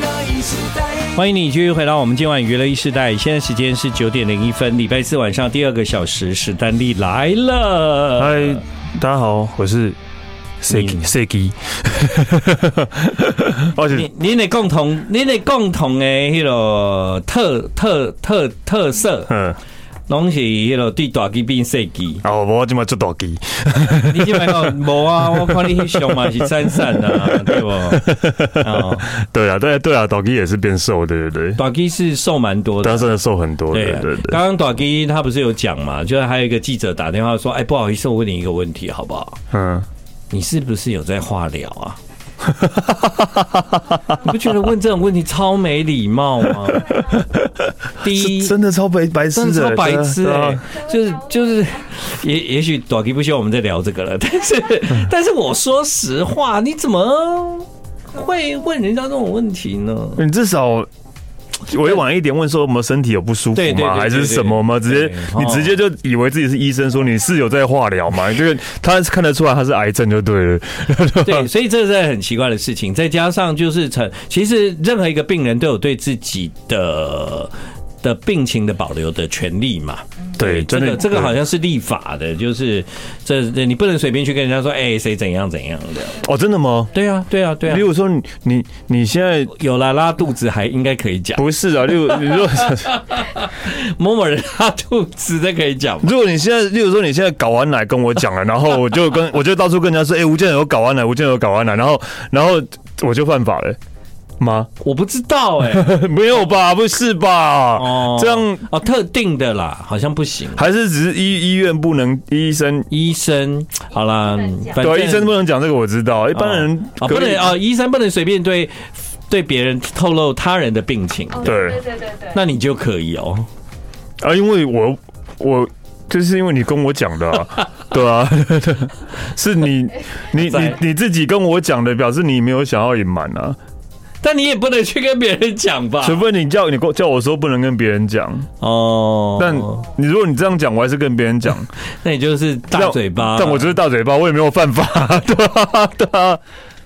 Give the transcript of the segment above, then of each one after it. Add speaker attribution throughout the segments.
Speaker 1: 乐一时代。
Speaker 2: 欢迎你继续回到我们今晚娱乐一时代，现在时间是九点零一分，礼拜四晚上第二个小时，史丹利来了。
Speaker 3: 嗨，大家好，我是 Seki Seki，而且
Speaker 2: 你你的共同，你的共同的迄落特特特特 色，
Speaker 3: 嗯，。
Speaker 2: 拢是迄落对大机变细机
Speaker 3: 啊，我今麦做大机，
Speaker 2: 你即摆讲无 啊？我看你翕相嘛是闪闪啊，对不？哦，
Speaker 3: 对啊，对啊对啊，大机也是变瘦，对对对，
Speaker 2: 大机是瘦蛮多的
Speaker 3: 但。真的瘦很多，对
Speaker 2: 对啊
Speaker 3: 对，对，
Speaker 2: 刚刚短基他不是有讲嘛，就是还有一个记者打电话说，哎，不好意思，我问你一个问题好不好？
Speaker 3: 嗯，
Speaker 2: 你是不是有在化疗 啊？你不觉得问这种问题超没礼貌 吗？第一，
Speaker 3: 是真的超白白痴
Speaker 2: 真
Speaker 3: 的，
Speaker 2: 的超白痴
Speaker 3: 对啊
Speaker 2: 哎、
Speaker 3: 对啊
Speaker 2: 就是就是，也也许短期不希望我们再聊这个了， 但是但是我说实话，你怎么会问人家这种问题呢？
Speaker 3: 你至少。委婉一点问说有没有身体有不舒服
Speaker 2: 对对对
Speaker 3: 吗？
Speaker 2: 对
Speaker 3: 还是
Speaker 2: 对
Speaker 3: 什么吗？直接
Speaker 2: 对哦
Speaker 3: 你直接就以为自己是医生，说你是有在化疗吗？就是他看得出来他是癌症就对了。
Speaker 2: 对，所以这是很奇怪的事情。再加上就是成，其实任何一个病人都有对自己的的病情的保留的权利嘛。
Speaker 3: 对，
Speaker 2: 这
Speaker 3: 真的
Speaker 2: 个这个好像是立法的，就是这这你不能随便去跟人家说，哎，谁怎样怎样的。
Speaker 3: 哦，真的吗？
Speaker 2: 对啊，对啊，对啊
Speaker 3: 例。如说你你你现在
Speaker 2: 有啦，拉肚子还应该可以讲，
Speaker 3: 不是 啊，例如你说
Speaker 2: 某某人 拉肚子这可以讲吗？
Speaker 3: 如果你现在，例如说你现在搞完奶跟我讲了，然后 我就跟我就到处跟人家说，哎、吴建有搞完奶，吴建有搞完奶，然后然后我就犯法了吗？
Speaker 2: 我不知道哎、
Speaker 3: 没有吧？不是吧？
Speaker 2: 哦，
Speaker 3: 这样
Speaker 2: 哦，特定的啦，好像不行。
Speaker 3: 还是只是医医院不能医生。
Speaker 2: 医生，好啦，反
Speaker 3: 对啊，
Speaker 2: 正
Speaker 3: 医生不能讲这个，我知道。一般人
Speaker 2: 啊，
Speaker 3: 隔
Speaker 2: 不
Speaker 3: 离
Speaker 2: 能啊，医生不能随便对对别人透露他人的病情，
Speaker 4: 哦
Speaker 3: 对
Speaker 4: 对对对对，
Speaker 2: 那你就可以哦。
Speaker 3: 啊，因为我我就是因为你跟我讲 的、啊，对啊， 是你你你你自己跟我讲的，表示你没有想要隐瞒啊，
Speaker 2: 但你也不能去跟别人讲吧？
Speaker 3: 除非你叫你跟我叫我说不能跟别人讲。
Speaker 2: 啊哦，
Speaker 3: 但你如果你这样讲，我还是跟别人讲
Speaker 2: 那你就是大嘴巴，
Speaker 3: 但我就是大嘴巴，我也没有犯 法，对啊，对啊，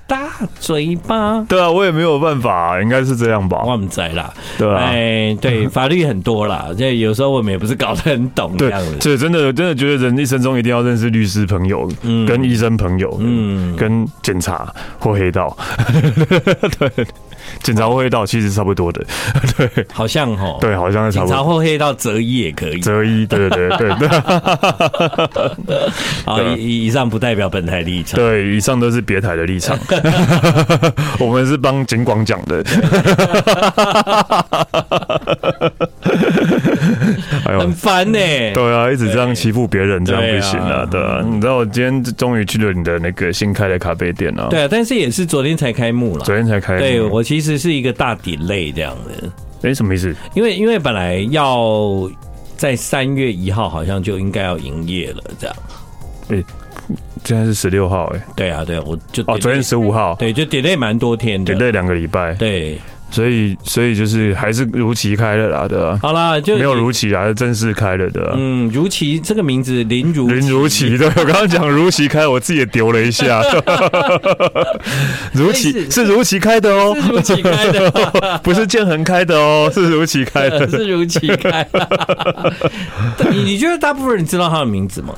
Speaker 2: 大嘴巴，
Speaker 3: 对啊，我也没有办法，应该是这样吧？
Speaker 2: 我们在啦。
Speaker 3: 对啊，
Speaker 2: 哎， 对，法律很多啦，这有时候我们也不是搞得很懂这
Speaker 3: 对
Speaker 2: 样，子。
Speaker 3: 所以真的真的觉得人一生中一定要认识律师朋友、
Speaker 2: 嗯
Speaker 3: 跟医生朋友、
Speaker 2: 嗯
Speaker 3: 跟警察或黑道， 对，警察或黑道其实差不多的， 对
Speaker 2: 好像吼，
Speaker 3: 对，好像是差
Speaker 2: 警
Speaker 3: 不
Speaker 2: 察
Speaker 3: 多。
Speaker 2: 或黑道择一也可以。
Speaker 3: 择一，对对对对对
Speaker 2: 好，啊以以上不代表本台立场。
Speaker 3: 啊 对，以上都是别台的立场， 我们是帮警广讲的。 哎呦
Speaker 2: 很，烦呢。
Speaker 3: 对啊，一直这样欺负别人，这样不行啊，
Speaker 2: 对
Speaker 3: 对
Speaker 2: 啊
Speaker 3: 啊。你知道我今天终于去了你的那个新开的咖啡店啊，
Speaker 2: 对，啊，但是也是昨天才开幕了。
Speaker 3: 昨天才开。
Speaker 2: 对我其实是一个大 delay 这样的，
Speaker 3: 哎，什么意思？
Speaker 2: 因为因为本来要在三月一号好像就应该要营业了，这样。
Speaker 3: 现在是十六号，哎，
Speaker 2: 对啊，对啊，我就
Speaker 3: 哦，昨天
Speaker 2: delay-
Speaker 3: 十五号，
Speaker 2: 对就 delay 蛮多天的。
Speaker 3: 得累两个礼拜，
Speaker 2: 对，
Speaker 3: 所以所以就是还是如期开了啦，对啊，
Speaker 2: 好啦，就
Speaker 3: 没有如期啊，是正式开了的。啊
Speaker 2: 嗯如期这个名字林如
Speaker 3: 林如 期，对我刚刚讲如期开，我自己也丢了一下。
Speaker 2: 所
Speaker 3: 如
Speaker 2: 以
Speaker 3: 期
Speaker 2: 是
Speaker 3: 是如期开的哦，
Speaker 2: 是如期开的，
Speaker 3: 不是建恒开的哦，是如期开的。
Speaker 2: 是啊如期开的。 你你觉得大部分人知道他的名字吗？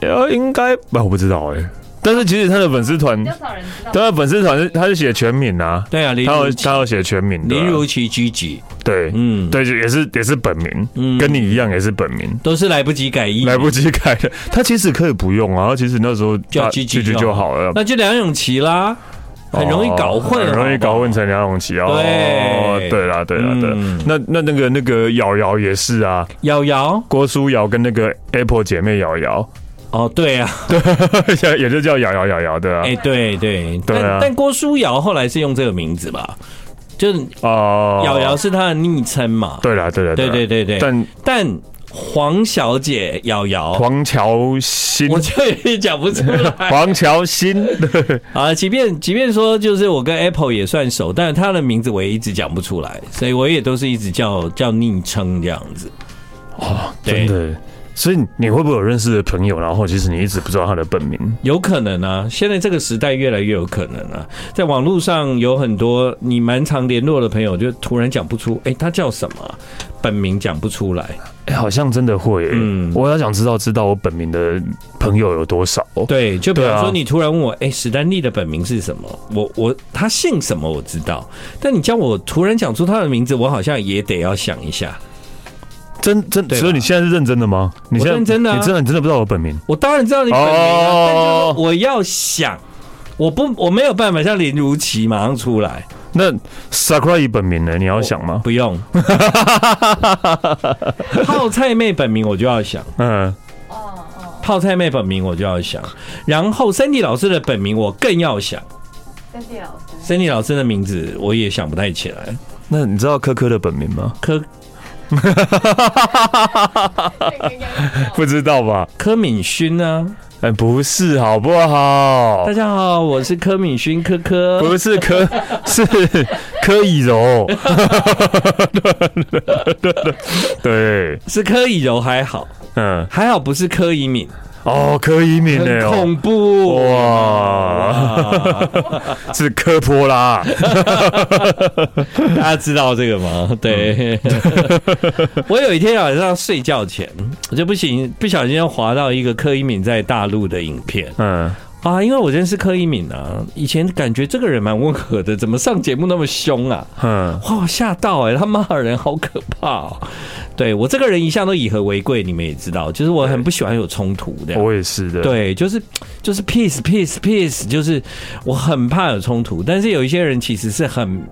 Speaker 3: 呃，应该吧，我不知道哎、但是其实他的粉丝团
Speaker 4: 比，较少人知道。
Speaker 3: 他的粉丝团是他是写全名啊，
Speaker 2: 对啊，林
Speaker 3: 他
Speaker 2: 如
Speaker 3: 有
Speaker 2: 期
Speaker 3: 他有写全名的啊、
Speaker 2: 林如期居己，
Speaker 3: 对，
Speaker 2: 嗯，
Speaker 3: 对，就也是也是本名，
Speaker 2: 嗯
Speaker 3: 跟你一样也是本名。
Speaker 2: 都是来不及改译，
Speaker 3: 来不及改的，他其实可以不用啊，他其实那时候
Speaker 2: 叫
Speaker 3: 他
Speaker 2: Gigi
Speaker 3: 就
Speaker 2: 就
Speaker 3: 就
Speaker 2: 好
Speaker 3: 好了，
Speaker 2: 那就梁咏琪啦，很容易搞混，
Speaker 3: 哦很容易搞混成梁咏琪哦。
Speaker 2: 对
Speaker 3: 对啦，对啦，对啦
Speaker 2: 嗯。
Speaker 3: 那那那个那个瑶瑶也是啊，
Speaker 2: 瑶瑶
Speaker 3: 郭书瑶跟那个 Apple 姐妹瑶瑶，
Speaker 2: 哦，对啊，
Speaker 3: 也也就叫瑶瑶瑶瑶的啊
Speaker 2: 哎哎、。对对，
Speaker 3: 对啊
Speaker 2: 但但郭书瑶后来是用这个名字吧？就是
Speaker 3: 哦，
Speaker 2: 瑶瑶是她的昵称嘛。
Speaker 3: 对啦，对啦，
Speaker 2: 对
Speaker 3: 啦
Speaker 2: 对对对
Speaker 3: 但
Speaker 2: 但黄小姐瑶瑶，
Speaker 3: 黄乔欣，
Speaker 2: 我就有点讲不出来。
Speaker 3: 黄乔欣， 对
Speaker 2: 啊，即便即便说就是我跟 Apple 也算熟，但是他的名字我也一直讲不出来，所以我也都是一直叫叫昵称这样子。
Speaker 3: 哦，
Speaker 2: 对
Speaker 3: 真的。所以你会不会有认识的朋友，然后其实你一直不知道他的本名？
Speaker 2: 有可能啊，现在这个时代越来越有可能啊，在网络上有很多你蛮常联络的朋友，就突然讲不出，哎、他叫什么啊，本名讲不出来。
Speaker 3: 哎、好像真的会、
Speaker 2: 嗯
Speaker 3: 嗯，我要想知道知道我本名的朋友有多少。
Speaker 2: 对，就比
Speaker 3: 对
Speaker 2: 方
Speaker 3: 啊
Speaker 2: 说你突然问我，哎、史丹利的本名是什么？我我他姓什么我知道，但你叫我突然讲出他的名字，我好像也得要想一下。
Speaker 3: 真真，
Speaker 2: 对吧
Speaker 3: 所以你现在是认真的吗？你现在
Speaker 2: 认真的啊
Speaker 3: 你真的你真的不知道我本名？
Speaker 2: 我当然知道你本名、啊，
Speaker 3: 哦
Speaker 2: 但就是说我要想，我不我没有办法像林如琪马上出来，
Speaker 3: 那 Sakura 本名呢？你要想吗？
Speaker 2: 不 用。泡菜妹本名我就要想，
Speaker 3: 嗯，
Speaker 2: 泡菜妹本名我就要想，然后 Cindy 老师的本名我更要想
Speaker 4: 跟地老师，
Speaker 2: ，Cindy 老师的名字我也想不太起来。
Speaker 3: 那你知道科科的本名吗？
Speaker 2: 柯
Speaker 4: 这个应该知道
Speaker 3: 不知道吧？
Speaker 2: 柯敏勋啊，
Speaker 3: 哎，不是，好不好
Speaker 2: 大？家好，我是柯敏勋，柯柯。
Speaker 3: 不是柯， 是柯以柔。 对，
Speaker 2: 是柯以柔还好，
Speaker 3: 嗯，
Speaker 2: 还好不是柯以敏，
Speaker 3: 哦，柯以敏
Speaker 2: 很
Speaker 3: 呢？哦
Speaker 2: 恐怖啊
Speaker 3: 哇，
Speaker 2: 哇！
Speaker 3: 是科波拉。
Speaker 2: 大家知道这个吗？对，嗯 我有一天晚上睡觉前，我就不行，不小心又滑到一个柯以敏在大陆的影片
Speaker 3: 嗯，
Speaker 2: 啊，因为我认识柯以敏啊，以前感觉这个人蛮温和的，怎么上节目那么凶啊？
Speaker 3: 嗯，
Speaker 2: 哇，我吓到哎、他骂人好可怕哦！对我这个人一向都以和为贵，你们也知道，就是我很不喜欢有冲突的。
Speaker 3: 我也是的。，
Speaker 2: 对，就是就是 peace peace peace，就是我很怕有冲突，但是有一些人其实是很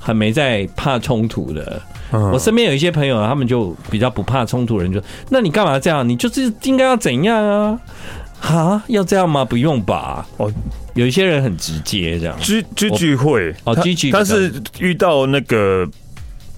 Speaker 2: 很没在怕冲突的。
Speaker 3: 嗯
Speaker 2: 我身边有一些朋友，他们就比较不怕冲突的人就，那你干嘛这样？你就是应该要怎样啊？哈，要这样吗？不用吧。
Speaker 3: 哦
Speaker 2: 有一些人很直接这样。
Speaker 3: 居居聚会
Speaker 2: 哦
Speaker 3: 他
Speaker 2: 居聚
Speaker 3: 他
Speaker 2: 比较
Speaker 3: 是遇到那个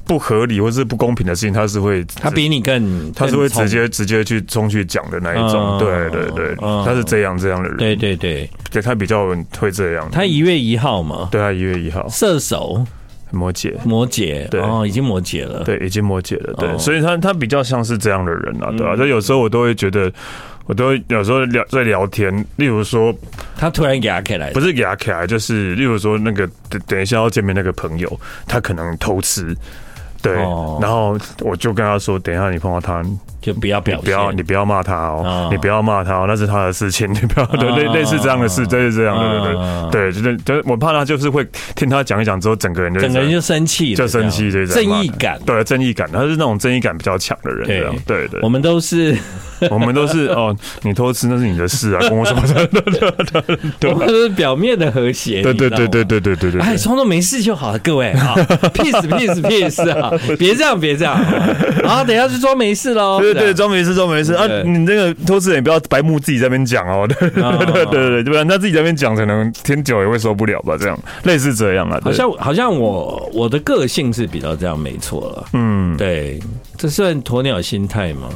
Speaker 3: 不合理或是不公平的事情，他是会
Speaker 2: 他比你更，
Speaker 3: 他是
Speaker 2: 更
Speaker 3: 会
Speaker 2: 冲
Speaker 3: 直接直接去冲去讲的那一
Speaker 2: 嗯
Speaker 3: 种，对对对，
Speaker 2: 嗯
Speaker 3: 他是这样这样的人，
Speaker 2: 对对对，
Speaker 3: 对，他比较会这样。
Speaker 2: 他一月一号嘛，
Speaker 3: 对他一月一号
Speaker 2: 射手
Speaker 3: 摩羯，
Speaker 2: 摩羯，
Speaker 3: 对
Speaker 2: 哦，已经摩羯了，
Speaker 3: 对，已经摩羯了，对，
Speaker 2: 嗯哦嗯
Speaker 3: 所以他他比较像是这样的人啊，对啊，所以有时候我都会觉得。我都会有时候聊在聊天，例如说
Speaker 2: 他突然给他开来，
Speaker 3: 不是给他起来，就是例如说那个等等一下要见面那个朋友，他可能偷吃，对，
Speaker 2: 哦
Speaker 3: 然后我就跟他说，等一下你碰到他，
Speaker 2: 就不要
Speaker 3: 你
Speaker 2: 表现，
Speaker 3: 不要你不要骂他哦
Speaker 2: 啊，
Speaker 3: 你不要骂他哦，那是他的事情，你不要对类
Speaker 2: 啊
Speaker 3: 类似这样的事，对是这样的，对
Speaker 2: 啊
Speaker 3: 对对，就是就是我怕他就是会听他讲一讲之后，整个人就
Speaker 2: 整个人就生气了，
Speaker 3: 就生气，
Speaker 2: 这样
Speaker 3: 就是这样
Speaker 2: 正义感。
Speaker 3: 对正义感，他是那种正义感比较强的人，
Speaker 2: 对
Speaker 3: 这样对对
Speaker 2: 我，们都是，
Speaker 3: 我们都是哦，你偷吃那是你的事 啊，跟我什么事？
Speaker 2: 我们都是表面的和谐，
Speaker 3: 对
Speaker 2: 你知
Speaker 3: 对
Speaker 2: 道
Speaker 3: 对对
Speaker 2: 吗。
Speaker 3: 对对对对，
Speaker 2: 哎，
Speaker 3: 对
Speaker 2: 冲动没事就好了，各位啊，peace peace peace 啊，别这样别这样啊，啊等一下就装没事喽。
Speaker 3: 对
Speaker 2: 这样
Speaker 3: 对，装没事，装没事啊！
Speaker 2: 对
Speaker 3: 你那个偷吃人也不要白目自己在那边讲哦， 对对
Speaker 2: 啊
Speaker 3: 对对对，不然他自己在那边讲，可能听久也会受不了吧？这样类似这样啊，
Speaker 2: 好
Speaker 3: 对
Speaker 2: 像好像我我的个性是比较这样，没错了。嗯，对，这算鸵鸟心态吗？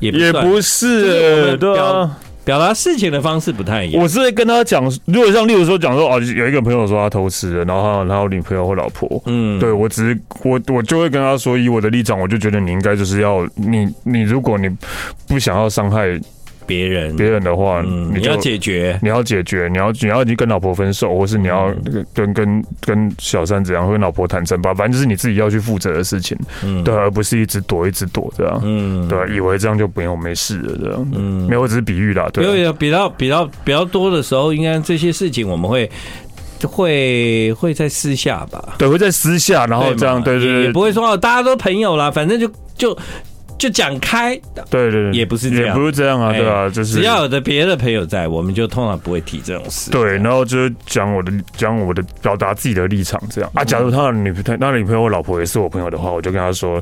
Speaker 2: 也不
Speaker 3: 也
Speaker 2: 算
Speaker 3: 不
Speaker 2: 就是我
Speaker 3: 是，
Speaker 2: 们
Speaker 3: 对
Speaker 2: 表
Speaker 3: 啊。
Speaker 2: 表达事情的方式不太一样。
Speaker 3: 我是会跟他讲，如果像例如说讲说哦，有一个朋友说他偷吃了，然后他他有女朋友或老婆，
Speaker 2: 嗯，
Speaker 3: 对我只是我我就会跟他说，以我的立场，我就觉得你应该就是要你你如果你不想要伤害
Speaker 2: 别人，
Speaker 3: 别人的话，
Speaker 2: 嗯，
Speaker 3: 你
Speaker 2: 你
Speaker 3: 就
Speaker 2: 要解决，
Speaker 3: 你要解决，你要你要你跟老婆分手，或是你要
Speaker 2: 嗯
Speaker 3: 跟跟跟小三怎样，或跟老婆坦诚吧，反正就是你自己要去负责的事情，
Speaker 2: 嗯
Speaker 3: 对啊，而不是一直躲一直躲这样，
Speaker 2: 嗯，
Speaker 3: 对啊，以为这样就不用没事了这样，
Speaker 2: 嗯
Speaker 3: 没有，我只是比喻啦，对
Speaker 2: 因
Speaker 3: 啊、
Speaker 2: 为有比较比较比较多的时候，应该这些事情我们会会会在私下吧，
Speaker 3: 对，会在私下，然后
Speaker 2: 对嘛
Speaker 3: 哦这样，对
Speaker 2: 也
Speaker 3: 对
Speaker 2: 也
Speaker 3: 对
Speaker 2: 不会说哦，大家都朋友啦，反正就就就讲开，
Speaker 3: 对对对，
Speaker 2: 也不是这样哎
Speaker 3: 也不是这样啊，对啊，就是
Speaker 2: 只要有的别的朋友在，我们就通常不会提这种事。
Speaker 3: 对，然后就是讲我的讲我的表达自己的立场这样
Speaker 2: 嗯
Speaker 3: 啊。假如他的女朋他的女朋友、我老婆也是我朋友的话，我就跟他说，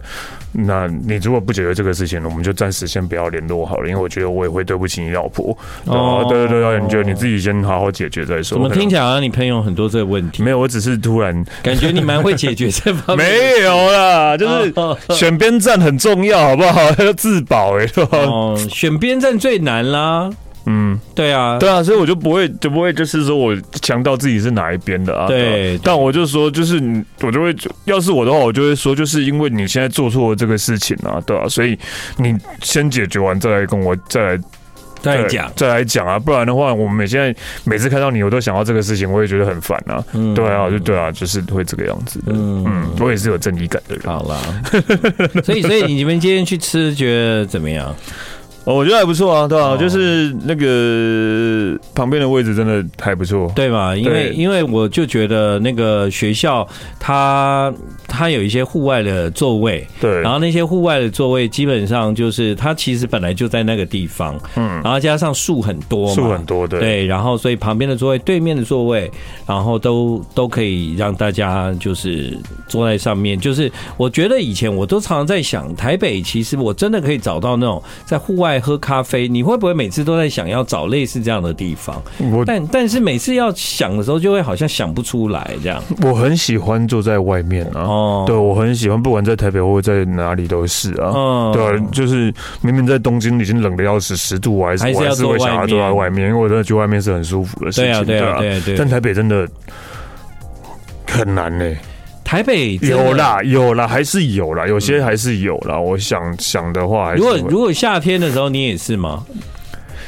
Speaker 3: 那你如果不解决这个事情，我们就暂时先不要联络好了，因为我觉得我也会对不起你老婆。
Speaker 2: 哦
Speaker 3: 哦，对对对，你觉得你自己先好好解决再说。
Speaker 2: 怎么听
Speaker 3: 起
Speaker 2: 起来好像你朋友很多这个问题？
Speaker 3: 没有，我只是突然
Speaker 2: 感觉你蛮会解决这方面。
Speaker 3: 没有啦，就是
Speaker 2: 哦
Speaker 3: 选边站很重要，好不好？ 要自保哎、欸，对吧？
Speaker 2: 哦，选边站最难啦。
Speaker 3: 嗯。
Speaker 2: 对啊，
Speaker 3: 对啊，所以我就不会就不会就是说我强调自己是哪一边的啊。
Speaker 2: 对
Speaker 3: 吧
Speaker 2: 对
Speaker 3: 但我就说就是你我就会，要是我的话，我就会说，就是因为你现在做错了这个事情啊，对啊，所以你先解决完再来跟我再来
Speaker 2: 再讲。
Speaker 3: 再来讲啊，不然的话，我们现在每次看到你，我都想到这个事情，我也觉得很烦啊。
Speaker 2: 嗯
Speaker 3: 对啊，就对啊，就是会这个样子的。
Speaker 2: 嗯
Speaker 3: 嗯我也是有正义感的人，
Speaker 2: 好啦， 所以所以你们今天去吃，觉得怎么样？
Speaker 3: 哦我觉得还不错啊，对
Speaker 2: 哦
Speaker 3: 啊，就是那个旁边的位置真的还不错。
Speaker 2: 对吧？因为
Speaker 3: 对
Speaker 2: 因为我就觉得那个学校它它有一些户外的座位，
Speaker 3: 对
Speaker 2: 然后那些户外的座位基本上就是它其实本来就在那个地方，
Speaker 3: 嗯，
Speaker 2: 然后加上树很多嘛，
Speaker 3: 树很多，对。
Speaker 2: 对，然后所以旁边的座位、对面的座位，然后都都可以让大家就是坐在上面。就是我觉得以前我都常常在想，台北其实我真的可以找到那种在户外喝咖啡，你会不会每次都在想要找类似这样的地方？
Speaker 3: 我
Speaker 2: 但但是每次要想的时候，就会好像想不出来这样。
Speaker 3: 我很喜欢坐在外面啊，
Speaker 2: 哦
Speaker 3: 对我很喜欢，不管在台北或者在哪里都是啊。
Speaker 2: 嗯
Speaker 3: 对啊，就是明明在东京已经冷的要死，十度，我还是
Speaker 2: 还是
Speaker 3: 我还
Speaker 2: 要
Speaker 3: 是
Speaker 2: 坐
Speaker 3: 会想要坐在外面，因为我真的觉得外面是很舒服的事
Speaker 2: 对
Speaker 3: 情。
Speaker 2: 啊，对啊，对啊，对啊
Speaker 3: 但。台北真的很难呢、欸
Speaker 2: 台北真的嗯
Speaker 3: 有。啦有啦，还是有啦，有些还是有啦。我想想的话还是
Speaker 2: 如果
Speaker 3: 会
Speaker 2: 如果夏天的时候，你也是吗？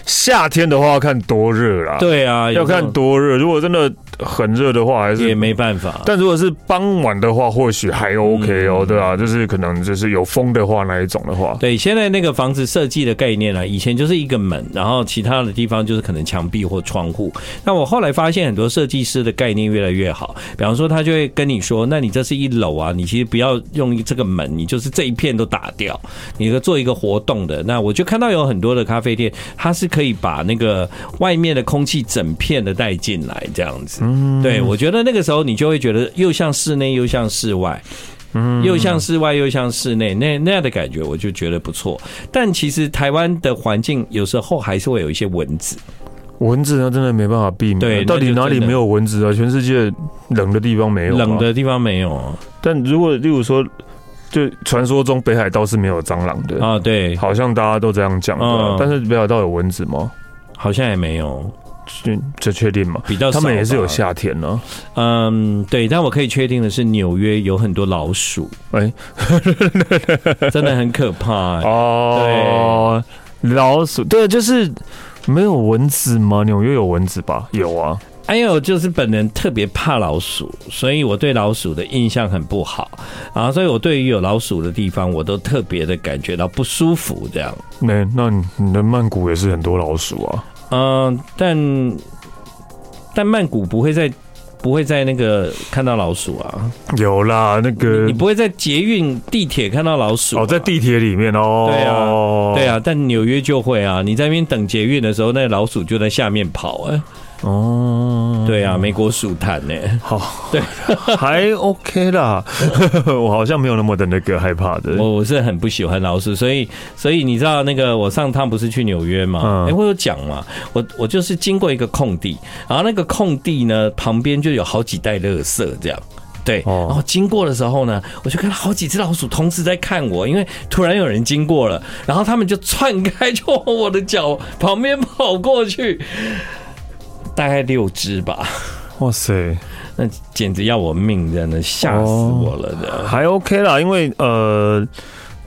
Speaker 3: 夏天的话要看多热啦，，
Speaker 2: 对啊，
Speaker 3: 要
Speaker 2: 有时候
Speaker 3: 看多热。如果真的很热的话，还是
Speaker 2: 也没办法。
Speaker 3: 但如果是傍晚的话，或许还 OK
Speaker 2: 嗯
Speaker 3: 哦，对啊，就是可能就是有风的话那一种的话，
Speaker 2: 对，现在那个房子设计的概念呢、以前就是一个门，然后其他的地方就是可能墙壁或窗户。那我后来发现很多设计师的概念越来越好，比方说他就会跟你说，那你这是一楼啊，你其实不要用这个门，你就是这一片都打掉，你做一个活动的。那我就看到有很多的咖啡店，它是可以把那个外面的空气整片的带进来，这样子。对我觉得那个时候你就会觉得又像室内又像室外。
Speaker 3: 嗯
Speaker 2: 又像室外又像室内，那那样的感觉我就觉得不错。但其实台湾的环境有时候还是会有一些蚊子，
Speaker 3: 蚊子呢真的没办法避免。
Speaker 2: 对
Speaker 3: 到
Speaker 2: 那
Speaker 3: 底
Speaker 2: 就
Speaker 3: 哪里
Speaker 2: 真的
Speaker 3: 没有蚊子啊？全世界冷的地方没有、啊
Speaker 2: 冷。的地方没有
Speaker 3: 但如果例如说，就传说中北海道是没有蟑螂的。
Speaker 2: 啊，对，
Speaker 3: 好像大家都这样讲、对
Speaker 2: 嗯
Speaker 3: 啊但是北海道有蚊子吗？
Speaker 2: 好像也没有，
Speaker 3: 这这确定吗？
Speaker 2: 比较少
Speaker 3: 他
Speaker 2: 吧
Speaker 3: 们也是有，夏天呢、
Speaker 2: 嗯，对。但我可以确定的是，纽约有很多老鼠，
Speaker 3: 哎、
Speaker 2: 真的很可怕、欸。
Speaker 3: 哦，老鼠，对，就是没有蚊子吗？纽约有蚊子吧？有啊，
Speaker 2: 哎呦，就是本人特别怕老鼠，所以我对老鼠的印象很不好啊，所以我对于有老鼠的地方，我都特别的感觉到不舒服，这样。
Speaker 3: 没、欸那你你的曼谷也是很多老鼠啊。
Speaker 2: 嗯，但但曼谷不会在不会在那个看到老鼠啊，
Speaker 3: 有啦，那
Speaker 2: 你
Speaker 3: 个
Speaker 2: 你不会在捷运、地铁看到老鼠、
Speaker 3: 呃哦，在。地铁里面哦，
Speaker 2: 对啊，对，啊，但纽约就会啊，你在那边等捷运的时候，那老鼠就在下面跑啊。
Speaker 3: 哦，
Speaker 2: 对啊，美国鼠探呢、
Speaker 3: 好，对， 还 OK 啦， 我好像没有那么的那个害怕的，
Speaker 2: 我我是很不喜欢老鼠，所以所以你知道那个我上趟不是去纽约嘛？
Speaker 3: 嗯
Speaker 2: 哎、我有讲嘛，我我就是经过一个空地，然后那个空地呢旁边就有好几袋垃圾这样。对，
Speaker 3: 哦
Speaker 2: 然后经过的时候呢，我就看到好几只老鼠同时在看我，因为突然有人经过了，然后他们就窜开， 就往我的脚旁边跑过去，大概六只吧，
Speaker 3: 哇塞，
Speaker 2: 那简直要我命，真的吓死
Speaker 3: 哦
Speaker 2: 我了的。
Speaker 3: 还 OK 啦，因为呃，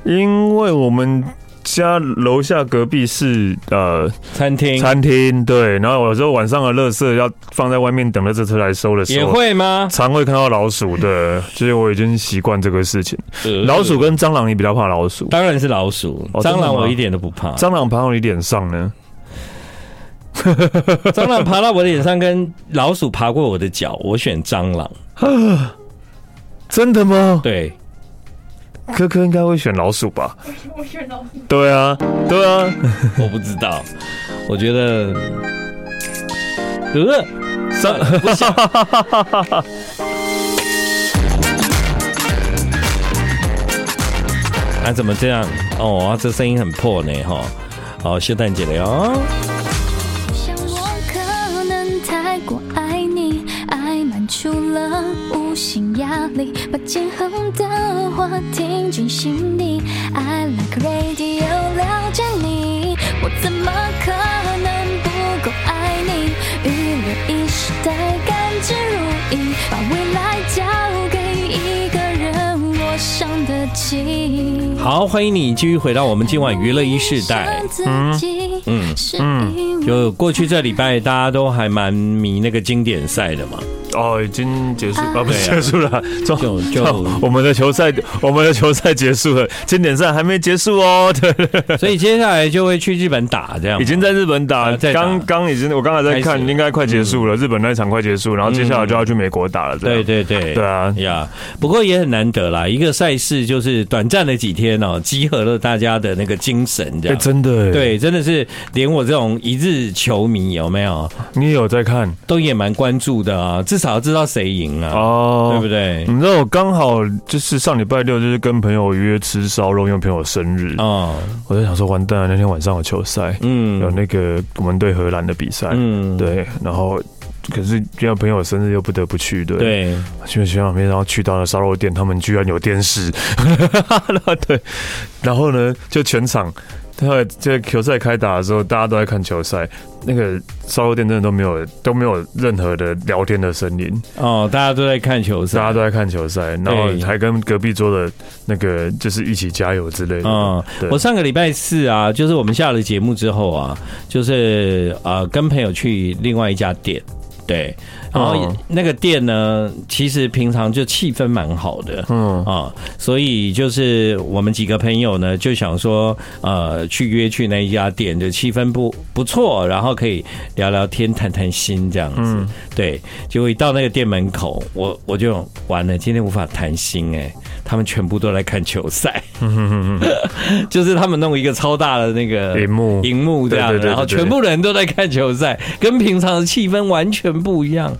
Speaker 3: 因为我们。家楼下隔壁是呃
Speaker 2: 餐厅
Speaker 3: 餐厅，对，然后有时候晚上的垃圾要放在外面等垃圾车来收的时
Speaker 2: 也
Speaker 3: 候，
Speaker 2: 会吗？
Speaker 3: 常会看到老鼠的，就是我已经习惯这个事情。
Speaker 2: 呃
Speaker 3: 老鼠跟蟑螂也比较怕老鼠，
Speaker 2: 当然是老鼠，
Speaker 3: 哦真
Speaker 2: 蟑
Speaker 3: 的
Speaker 2: 螂
Speaker 3: 吗
Speaker 2: 我一点都不怕。
Speaker 3: 蟑螂爬到你脸上呢？
Speaker 2: 蟑螂爬到我脸上，跟老鼠爬过我的脚，我选蟑螂。
Speaker 3: 真的吗？
Speaker 2: 对，
Speaker 3: 科科应该会选老鼠吧？
Speaker 4: 我选老鼠，
Speaker 3: 对啊，对啊，
Speaker 2: 我不知道，我觉得，呃，算了，不想。 啊，怎么这样？哦，这声音很破呢，哈。好，秀蛋姐了哦。
Speaker 5: 想我可能太过爱你，爱满出了无形压力，把剑横的话听进心底。I like radio，了解你，我怎么可能不够爱你？预留一时的甘之如饴，把未来交给一个人，我伤得起。
Speaker 2: 好，欢迎你继续回到我们今晚娱乐一世代。
Speaker 5: 嗯嗯嗯，
Speaker 2: 就过去这礼拜，大家都还蛮迷那个经典赛的嘛。
Speaker 3: 哦，已经结束啊，不是
Speaker 2: 对啊
Speaker 3: 结束了，就
Speaker 2: 就就
Speaker 3: 我们的球赛，我们的球赛结束了，经典赛还没结束哦， 对，
Speaker 2: 所以接下来就会去日本打，这样吗
Speaker 3: 已经在日本打
Speaker 2: 啊，在打
Speaker 3: 刚刚已经我刚才在
Speaker 2: 开
Speaker 3: 看
Speaker 2: 始，了
Speaker 3: 应该快结束了，日本那一场快结束，然后接下来就要去美国打了，这样
Speaker 2: 对对对
Speaker 3: 对啊，
Speaker 2: 呀不过也很难得啦，一个赛事就是短暂的几天哦，集合了大家的那个精神，这
Speaker 3: 哎，
Speaker 2: 样。
Speaker 3: 真的耶，
Speaker 2: 对，真的是连我这种一日球迷有没有，
Speaker 3: 你也有在看
Speaker 2: 都也蛮关注的啊，至少要知道谁赢啊，
Speaker 3: 哦，
Speaker 2: 对不对？
Speaker 3: 你知道我刚好就是上礼拜六，就是跟朋友约吃烧肉，因为朋友生日，
Speaker 2: 哦，
Speaker 3: 我在想说完蛋了，那天晚上有球赛，有
Speaker 2: 嗯
Speaker 3: 那个我们对荷兰的比赛，
Speaker 2: 嗯，
Speaker 3: 对，然后可是因为朋友生日又不得不去，对，，
Speaker 2: 对，
Speaker 3: 去学校旁边，然后去到了烧肉店，他们居然有电视， 对，然后呢，就全场。他这球赛开打的时候，大家都在看球赛，那个烧肉店真的都没有都没有任何的聊天的声音，
Speaker 2: 哦，大家都在看球
Speaker 3: 大家
Speaker 2: 赛。
Speaker 3: 都在看球赛，然后还跟隔壁桌的那个就是一起加油之类的。
Speaker 2: 嗯
Speaker 3: 对，
Speaker 2: 我上个礼拜四啊，就是我们下了节目之后啊，就是呃跟朋友去另外一家店，对，然后
Speaker 3: 哦
Speaker 2: 那个店呢，其实平常就气氛蛮好的，
Speaker 3: 嗯
Speaker 2: 啊，所以就是我们几个朋友呢，就想说，呃，去约去那一家店，就气氛不不错，然后可以聊聊天、谈谈心这样子。
Speaker 3: 嗯
Speaker 2: 对，结果一到那个店门口，我我就完了，今天无法谈心哎、他们全部都来看球赛，就是他们弄一个超大的那个
Speaker 3: 荧幕
Speaker 2: 荧幕这样，
Speaker 3: 对对对对
Speaker 2: 然后全部人都在看球赛，跟平常的气氛完全不一样。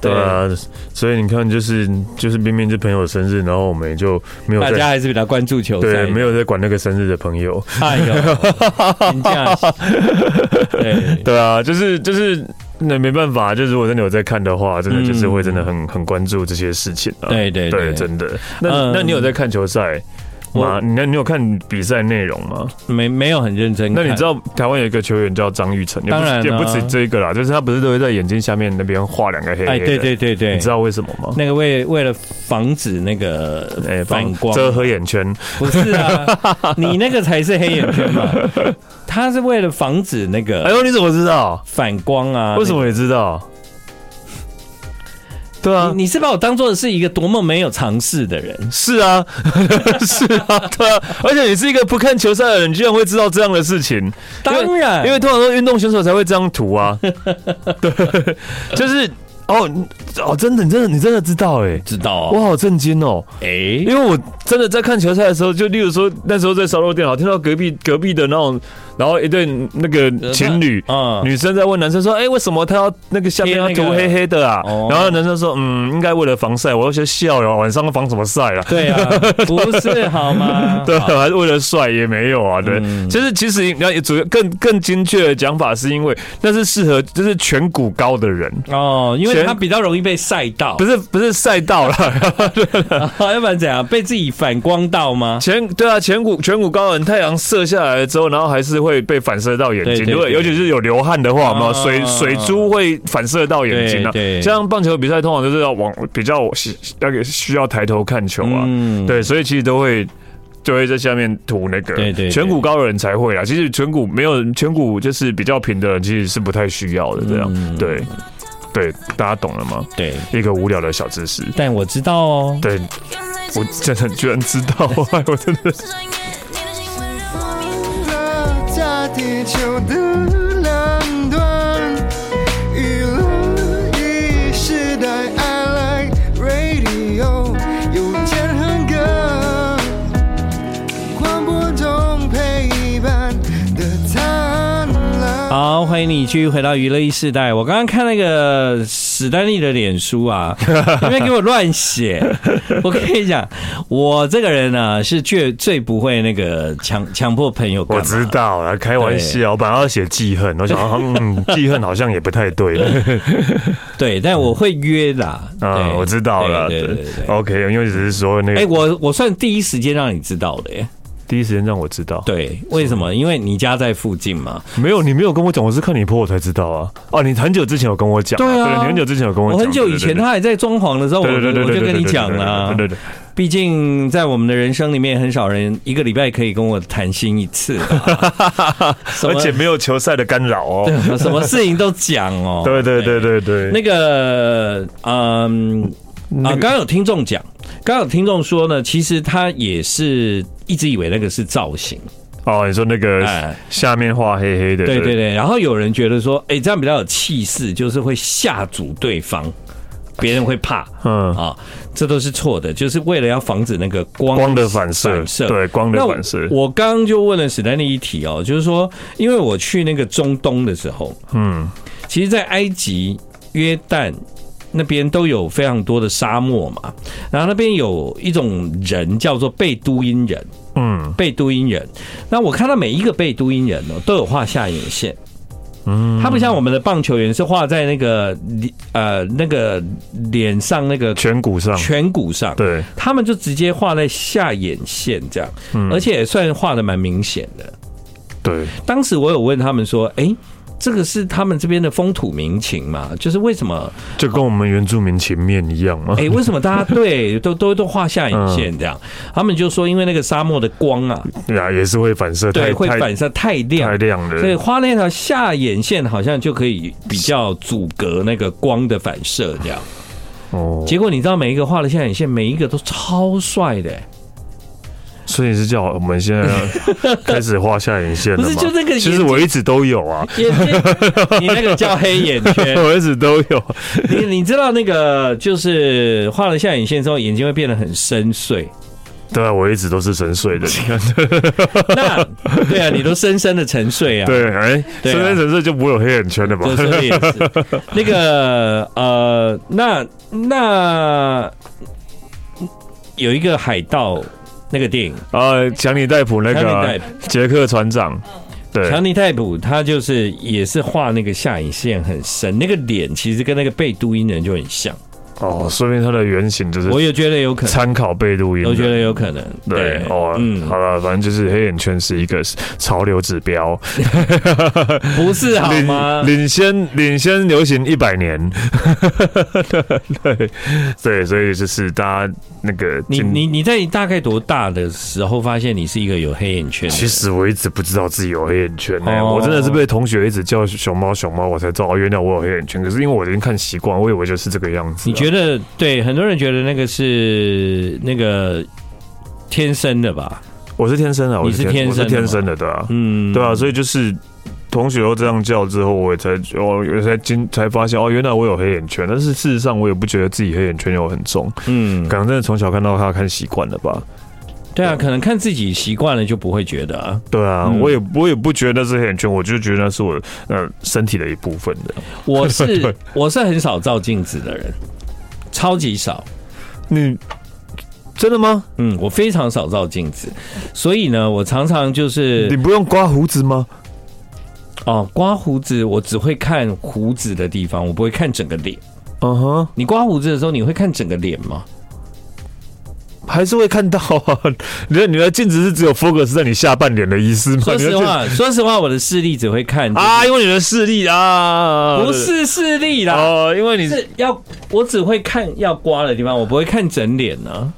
Speaker 3: 对啊，所以你看，就是就是明明是朋友生日，然后我们也就没有
Speaker 2: 大家
Speaker 3: 在
Speaker 2: 还是比较关注球赛，
Speaker 3: 对没有在管那个生日的朋友。
Speaker 2: 哎呦，评价是，对，
Speaker 3: 对啊，就是就是那没办法，就如果真的有在看的话，真的就是会真的很很关注这些事情啊。
Speaker 2: 嗯对对对
Speaker 3: 对，真的。那
Speaker 2: 嗯
Speaker 3: 那你有在看球赛？吗？
Speaker 2: 我
Speaker 3: 那你有看比赛内容吗？
Speaker 2: 没没有很认真
Speaker 3: 那
Speaker 2: 看。
Speaker 3: 你知道台湾有一个球员叫张玉成，也不
Speaker 2: 当
Speaker 3: 是
Speaker 2: 然啊
Speaker 3: 也不止这一个啦，就是他不是都会在眼睛下面那边画两个黑黑的？
Speaker 2: 哎，对对对对，
Speaker 3: 你知道为什么吗？哎
Speaker 2: 那个为为了防止那个反光，
Speaker 3: 遮黑眼圈，
Speaker 2: 不是 啊，你那个才是黑眼圈嘛，他是为了防止那
Speaker 3: 哎
Speaker 2: 个
Speaker 3: 呦，你怎么知道？
Speaker 2: 反光啊。
Speaker 3: 为什么也知道？对
Speaker 2: 那
Speaker 3: 啊
Speaker 2: 个？，你你是把我当做是一个多么没有尝试的人？
Speaker 3: 是啊， 是啊，对啊。而且你是一个不看球赛的人，你居然会知道这样的事情。因
Speaker 2: 当
Speaker 3: 为
Speaker 2: 然，
Speaker 3: 因为通常都运动选手才会这样 涂啊。对，就是哦哦，真的，你真的，你真的知道哎、
Speaker 2: 知道
Speaker 3: 我
Speaker 2: 啊，
Speaker 3: 好震惊哦。
Speaker 2: 哎，
Speaker 3: 因为我真的在看球赛的时候，就例如说那时候在烧肉店，好听到隔壁隔壁的那种，然后一对那个情侣，
Speaker 2: 嗯
Speaker 3: 女生在问男生啊说：“哎、为什么他要那个下面要
Speaker 2: 贴那
Speaker 3: 涂
Speaker 2: 个
Speaker 3: 黑黑的啊？”
Speaker 2: 哦
Speaker 3: 然后男生说：“嗯，应该为了防晒。”我有些笑了，晚上防什么晒 啊？
Speaker 2: 对啊，不是好 吗？
Speaker 3: 对，啊还是为了帅也没有啊，对，
Speaker 2: 嗯
Speaker 3: 其实其实你要主要更更精确的讲法，是因为那是适合就是颧骨高的人，
Speaker 2: 哦，因为
Speaker 3: 全
Speaker 2: 他比较容易被晒到
Speaker 3: 不，是不是晒到了，
Speaker 2: 要不然怎样？被自己反光到吗？
Speaker 3: 颧对啊，颧骨颧骨高的人，太阳射下来了之后，然后还是会被反射到眼
Speaker 2: 对
Speaker 3: 睛。
Speaker 2: 对
Speaker 3: 如果
Speaker 2: 对
Speaker 3: 尤其是有流汗的话，嘛，
Speaker 2: 啊
Speaker 3: 水水珠会反射到眼睛啊。
Speaker 2: 对对
Speaker 3: 像棒球比赛通常就是要往比较需那个需要抬头看球啊，
Speaker 2: 嗯
Speaker 3: 对，所以其实都会。就会在下面涂那个，
Speaker 2: 对对对
Speaker 3: 颧骨高的人才会啊。其实颧骨没有颧骨就是比较平的人，其实是不太需要的。这样，
Speaker 2: 嗯
Speaker 3: 对，对，大家懂了吗？
Speaker 2: 对，
Speaker 3: 一个无聊的小知识。
Speaker 2: 但我知道哦。
Speaker 3: 对，我真的居然知道， 哎我真的
Speaker 6: 了大地球的两端，娱乐一时代，I like radio，有天哼歌，
Speaker 2: 好，欢迎你继续回到娱乐一世代。我刚刚看那个史丹利的脸书 啊，因为给我乱写。我跟你讲，我这个人呢、啊、是最最不会那个强强迫朋友干
Speaker 3: 我
Speaker 2: 嘛。
Speaker 3: 知道啦，开玩笑，我本来要写记恨， 我想说，嗯，记恨好像也不太对。
Speaker 2: 对，但我会约啦。
Speaker 3: 啊，
Speaker 2: 对
Speaker 3: 我知道了。哦
Speaker 2: 对对对对对
Speaker 3: OK，因为只是说那
Speaker 2: 哎、
Speaker 3: 个
Speaker 2: 我我算第一时间让你知道的耶。
Speaker 3: 第一时间让我知道。
Speaker 2: 对，为什么？因为你家在附近嘛。
Speaker 3: 没有，你没有跟我讲，我是看你破我才知道啊。哦，你很久之前有跟我讲，
Speaker 2: 对啊
Speaker 3: 你很久之前有跟我
Speaker 2: 我
Speaker 3: 讲，
Speaker 2: 很久以前他还在装潢的时候，我
Speaker 3: 对对对对
Speaker 2: 我
Speaker 3: 对
Speaker 2: 就
Speaker 3: 对
Speaker 2: 跟你
Speaker 3: 对
Speaker 2: 讲啊了。
Speaker 3: 对对对对对，
Speaker 2: 毕竟在我们的人生里面，很少人一个礼拜可以跟我谈心一次 吧，什
Speaker 3: 而
Speaker 2: 么
Speaker 3: 且没有球赛的干扰哦。
Speaker 2: 什么事情都讲哦。
Speaker 3: 对对对对对，
Speaker 2: 那个，嗯，啊，刚刚有听众讲，刚刚有听众说呢，其实他也是一直以为那个是造型，
Speaker 3: 哦，你说那个
Speaker 2: 哎
Speaker 3: 下面画黑黑的，
Speaker 2: 对对对。然后有人觉得说，哎，这样比较有气势，就是会吓阻对方，别人会怕。
Speaker 3: 嗯，
Speaker 2: 啊，这都是错的，就是为了要防止那个光
Speaker 3: 光的反射
Speaker 2: 反射
Speaker 3: 对光的
Speaker 2: 那我
Speaker 3: 反射
Speaker 2: 我刚刚就问了史丹利一题哦，就是说，因为我去那个中东的时候，
Speaker 3: 嗯，
Speaker 2: 其实，在埃及、约旦那边都有非常多的沙漠嘛，然后那边有一种人叫做贝都因人，
Speaker 3: 嗯，
Speaker 2: 贝都因人。那我看到每一个贝都因人哦，都有画下眼线。嗯，他不像我们的棒球员是画在那个呃那个脸上那个
Speaker 3: 颧骨上，
Speaker 2: 颧骨上，
Speaker 3: 对，
Speaker 2: 他们就直接画在下眼线这样，
Speaker 3: 嗯
Speaker 2: 而且也算画的蛮明显的。
Speaker 3: 对，
Speaker 2: 当时我有问他们说，哎、这个是他们这边的风土民情嘛？就是为什么？
Speaker 3: 就跟我们原住民前面一样嘛。
Speaker 2: 哎、为什么大家对都都都画下眼
Speaker 3: 嗯
Speaker 2: 线这样？他们就说，因为那个沙漠的光啊，
Speaker 3: 呀，也是会反射，
Speaker 2: 对，
Speaker 3: 太
Speaker 2: 会
Speaker 3: 太
Speaker 2: 反射太亮
Speaker 3: 太，亮了。
Speaker 2: 所以画那条下眼线好像就可以比较阻隔那个光的反射这样。
Speaker 3: 哦，
Speaker 2: 结果你知道，每一个画了下眼线，每一个都超帅的、哎
Speaker 3: 所以是叫我们现在 要开始画下眼线了吗
Speaker 2: 不是就那个眼
Speaker 3: 其实我一直都有啊，
Speaker 2: 眼睛，你那个叫黑眼圈，
Speaker 3: 我一直都有。
Speaker 2: 你 你知道那个就是画了下眼线之后，眼睛会变得很深 邃。
Speaker 3: 对啊，我一直都是沉睡的。
Speaker 2: 啊
Speaker 3: 你看，
Speaker 2: 那对啊，你都深深的沉睡啊。，
Speaker 3: 对，哎，
Speaker 2: 对啊
Speaker 3: 深深沉睡就不会有黑眼圈了吧？
Speaker 2: 这是也是那个呃，那那有一个海盗那个电影，
Speaker 3: 啊，强尼戴普那个
Speaker 2: 强尼
Speaker 3: 啊
Speaker 2: 戴
Speaker 3: 杰克船长，对，
Speaker 2: 强尼泰普他就是也是画那个下眼线很深，那个脸其实跟那个贝都因人就很像，
Speaker 3: 哦，说明他的原型就是
Speaker 2: 我也觉得有可能，
Speaker 3: 参考贝录音的。
Speaker 2: 我觉得嗯有可能。
Speaker 3: 对哦， 好了，反正就是黑眼圈是一个潮流指标，
Speaker 2: 不是好吗？
Speaker 3: 领领先领先流行一百年， 对对，所以就是大家那个
Speaker 2: 你
Speaker 3: 今
Speaker 2: 你你在大概多大的时候发现你是一个有黑眼圈的人？
Speaker 3: 其实啊我一直不知道自己有黑眼圈呢、
Speaker 2: 哦
Speaker 3: 我真的是被同学一直叫熊猫熊猫，我才知道哦，原来我有黑眼圈。可是因为我已经看习惯，我以为就是这个样子啊、
Speaker 2: 你觉得对很多人觉得那个是那个天生的吧？
Speaker 3: 我是天生的，我
Speaker 2: 你是天
Speaker 3: 我是
Speaker 2: 生的吗
Speaker 3: 天生的，对啊，
Speaker 2: 嗯，
Speaker 3: 对啊，所以就是同学都这样叫之后，我也才我也才今才发现哦，原来我有黑眼圈。但是事实上，我也不觉得自己黑眼圈有很重，
Speaker 2: 嗯，
Speaker 3: 可能真的从小看到他看习惯了吧。
Speaker 2: 对啊，可能看自己习惯了就不会觉得啊。
Speaker 3: 对啊，
Speaker 2: 嗯
Speaker 3: 我也我也不觉得那是黑眼圈，我就觉得那是我呃身体的一部分的。
Speaker 2: 我 是我是很少照镜子的人，超级少。
Speaker 3: 你真的吗？
Speaker 2: 嗯，我非常少照镜子，所以呢，我常常就是
Speaker 3: 你不用刮胡子吗？
Speaker 2: 哦，刮胡子，我只会看胡子的地方，我不会看整个脸。
Speaker 3: 嗯哼，
Speaker 2: 你刮胡子的时候，你会看整个脸吗？
Speaker 3: 还是会看到啊。 你的你的镜子是只有 focus 在你下半脸的意思吗？
Speaker 2: 说
Speaker 3: 你的
Speaker 2: 实
Speaker 3: 镜
Speaker 2: 话，说实话，我的视力只会看
Speaker 3: 啊，因为你的视力啊，
Speaker 2: 不是视力啦，
Speaker 3: 哦，因为你
Speaker 2: 是要我只会看要刮的地方，我不会看整脸啊呢、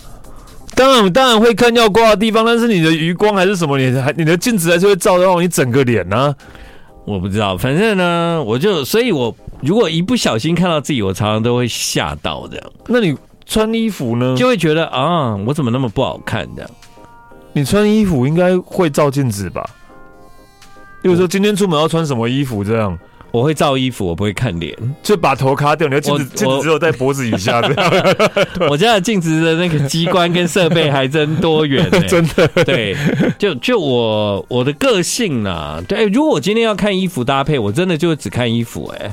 Speaker 3: 当然当然会看要刮的地方，但是你的余光还是什么，你还你的镜子还是会照到你整个脸呢、
Speaker 2: 我不知道，反正呢，我就所以我，如果一不小心看到自己，我常常都会吓到的，
Speaker 3: 那你穿衣服呢？
Speaker 2: 就会觉得啊，我怎么那么不好看的？
Speaker 3: 你穿衣服应该会照镜子吧？比如说今天出门要穿什么衣服这样，
Speaker 2: 我会照衣服，我不会看脸。
Speaker 3: 就把头卡掉，你的镜
Speaker 2: 我
Speaker 3: 子镜
Speaker 2: 我
Speaker 3: 子只有在脖子以下这 样，
Speaker 2: 我家的镜子的那个机关跟设备还真多元、呢。
Speaker 3: 真的。
Speaker 2: 对，就就我我的个性啦，对，如果我今天要看衣服搭配，我真的就只看衣服、哎，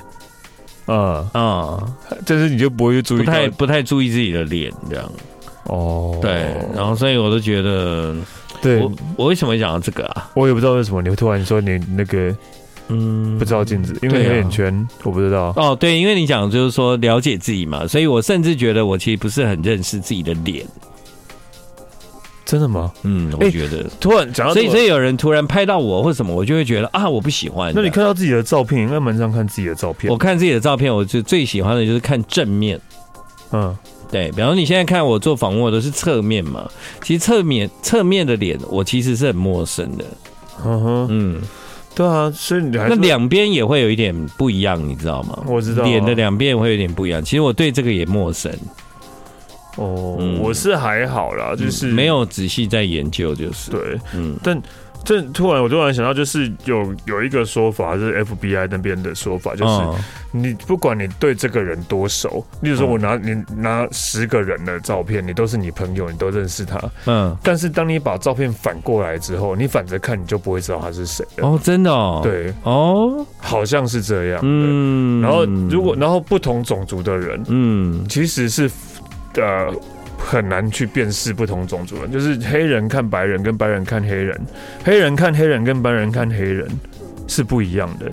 Speaker 3: 嗯，
Speaker 2: 啊、
Speaker 3: 就是你就不会去注
Speaker 2: 不
Speaker 3: 意到
Speaker 2: 太不太注意自己的脸这样，
Speaker 3: 哦，
Speaker 2: 对，然后所以我都觉得，
Speaker 3: 对
Speaker 2: 我，我为什么会讲到这个啊？
Speaker 3: 我也不知道为什么你会突然说你那个
Speaker 2: 嗯
Speaker 3: 不知道镜子，因为
Speaker 2: 对啊
Speaker 3: 黑眼圈，我不知道。
Speaker 2: 哦，对，因为你讲就是说了解自己嘛，所以我甚至觉得我其实不是很认识自己的脸，
Speaker 3: 真的吗？
Speaker 2: 嗯，我
Speaker 3: 哎
Speaker 2: 觉得，
Speaker 3: 突然讲到
Speaker 2: 所以所
Speaker 3: 以
Speaker 2: 以有人突然拍到我或什么，我就会觉得啊，我不喜欢。
Speaker 3: 那你，看到自己的照片，你在门上看自己的照片
Speaker 2: 我，看自己的照片，我就最喜欢的就是看正面。
Speaker 3: 嗯，
Speaker 2: 对，比方说你现在看我做访问我都是侧面嘛，其实侧面侧面的脸我其实是很陌生的，
Speaker 3: 嗯哼，
Speaker 2: 嗯，
Speaker 3: 对啊，所以你还
Speaker 2: 那
Speaker 3: 是
Speaker 2: 两边也会有一点不一样，你知道吗？
Speaker 3: 我知道啊
Speaker 2: 脸的两边也会有点不一样。其实我对这个也陌生，
Speaker 3: 哦
Speaker 2: 嗯，
Speaker 3: 我是还好啦，就是
Speaker 2: 嗯没。有仔细在研究，就是，
Speaker 3: 对，
Speaker 2: 嗯，
Speaker 3: 这突然我突然想到，就是有有一个说法，就是 FBI 那边的说法，就是
Speaker 2: 嗯
Speaker 3: 你不管你对这个人多熟，例如说
Speaker 2: 嗯
Speaker 3: 我拿你拿十个人的照片，你都是你朋友，你都认识他，
Speaker 2: 嗯，
Speaker 3: 但是当你把照片反过来之后，你反着看，你就不会知道他是谁了。
Speaker 2: 哦，真的哦，，
Speaker 3: 对，
Speaker 2: 哦，
Speaker 3: 好像是这样。
Speaker 2: 嗯，
Speaker 3: 嗯，然后如果然后不同种族的人
Speaker 2: 嗯，
Speaker 3: 其实是呃很难去辨识不同种族人，就是黑人看白人跟白人看黑人，黑人看黑人跟白人看黑人是不一样的。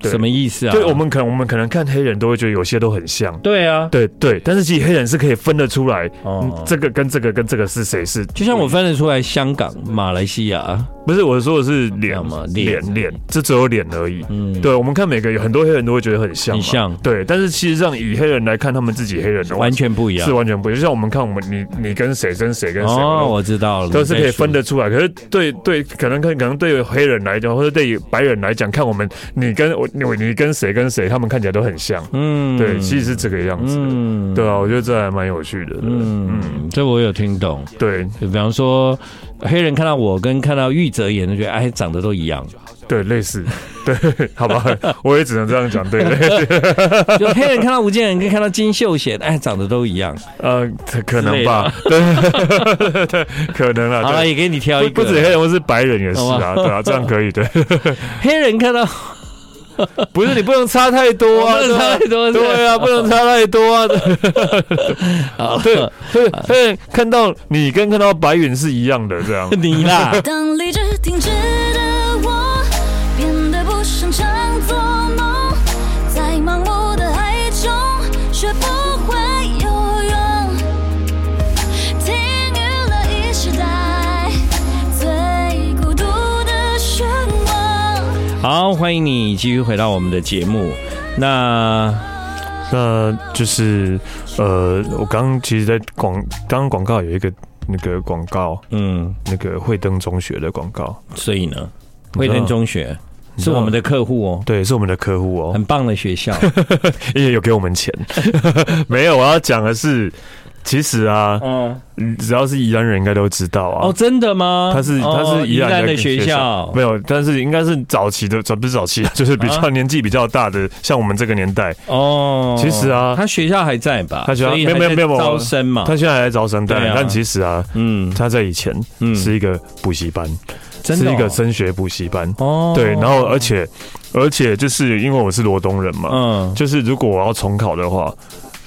Speaker 3: 对
Speaker 2: 什么意思啊？
Speaker 3: 对我们可能我们可能看黑人都会觉得有些都很像。
Speaker 2: 对啊，
Speaker 3: 对对，但是其实黑人是可以分得出来，
Speaker 2: 哦
Speaker 3: 嗯这个跟这个跟这个是谁是，
Speaker 2: 就像我分得出来香港、马来西亚，
Speaker 3: 不是我说的是
Speaker 2: 这
Speaker 3: 脸
Speaker 2: 样吗脸
Speaker 3: 脸脸，这只有脸而已。
Speaker 2: 嗯，
Speaker 3: 对，我们看每个有很多黑人都会觉得很像嘛，
Speaker 2: 很像
Speaker 3: 对，但是其实上以黑人来看他们自己黑人的话
Speaker 2: 完全不一样
Speaker 3: 是。完全不一样，就像我们看我们你你跟谁跟谁跟谁。
Speaker 2: 哦，我知道了，
Speaker 3: 都是可以分
Speaker 2: 得。
Speaker 3: 得出来，可是对对，可能可可能对黑人来讲，或者对白人来讲，看我们你跟我你你跟谁跟谁，他们看起来都很像，
Speaker 2: 嗯，
Speaker 3: 对，其实是这个样子，
Speaker 2: 嗯
Speaker 3: 对啊，我觉得这还蛮有趣的，嗯嗯，
Speaker 2: 嗯，这我有听懂。
Speaker 3: 对
Speaker 2: 就比方说，黑人看到我跟看到玉泽演的，觉得哎，长得都一 样。
Speaker 3: 对，类似，对，好吧， 我也只能这样讲， 对，对对
Speaker 2: 就黑人看到吴建仁跟看到金秀贤，哎，长得都一样。
Speaker 3: 呃，可能吧，对 对，可能
Speaker 2: 好
Speaker 3: 啦，
Speaker 2: 了，
Speaker 3: 对
Speaker 2: 也给你挑一
Speaker 3: 不
Speaker 2: 个。
Speaker 3: 不止黑人，或是白人也是啊，对啊，这样可以的。
Speaker 2: 黑人看到
Speaker 3: 不是你不能差太多 啊，
Speaker 2: 不能差太多
Speaker 3: 对啊 对啊，不 能差太多啊。
Speaker 2: 好。
Speaker 3: 对 对对，看到你跟看到白云是一样的这样
Speaker 2: 你啦，
Speaker 3: 啊
Speaker 5: 当理智停止的我，变得不擅长做梦，在盲目的爱中学不会游泳，停于了一时代最孤独的漩涡。
Speaker 2: 好，欢迎你继续回到我们的节目。那
Speaker 3: 那就是呃，我刚刚其实，在广刚刚广告有一个那个广告，
Speaker 2: 嗯，
Speaker 3: 那个惠登中学的广告，
Speaker 2: 所以呢，
Speaker 3: 你
Speaker 2: 惠
Speaker 3: 知道
Speaker 2: 登中学
Speaker 3: 你
Speaker 2: 是
Speaker 3: 知道
Speaker 2: 我们的客户哦，
Speaker 3: 对，是我们的客户哦，
Speaker 2: 很棒的学校。
Speaker 3: 也有给我们钱。 没有，我要讲的是，其实啊，
Speaker 2: 嗯，
Speaker 3: 只要是宜兰人应该都知道啊。
Speaker 2: 哦，真的吗？
Speaker 3: 他是他
Speaker 2: 哦
Speaker 3: 是宜
Speaker 2: 兰
Speaker 3: 兰
Speaker 2: 的学校，
Speaker 3: 没有，但是应该是早期的，早 不是早期啊，就是比较
Speaker 2: 啊
Speaker 3: 年纪比较大的，像我们这个年代，
Speaker 2: 哦，
Speaker 3: 其实啊
Speaker 2: 他学校还在吧？
Speaker 3: 他学校
Speaker 2: 所以
Speaker 3: 没有
Speaker 2: 还在
Speaker 3: 没有没有
Speaker 2: 招生嘛。
Speaker 3: 他现在还在招生，但
Speaker 2: 啊对啊
Speaker 3: 但其实啊，
Speaker 2: 嗯，
Speaker 3: 他在以前
Speaker 2: 嗯
Speaker 3: 是一个补习班，
Speaker 2: 真的
Speaker 3: 是
Speaker 2: 哦
Speaker 3: 一个升学补习班，
Speaker 2: 哦，
Speaker 3: 对，然后而且而且就是因为我是罗东人嘛，
Speaker 2: 嗯，
Speaker 3: 就是如果我要重考的话，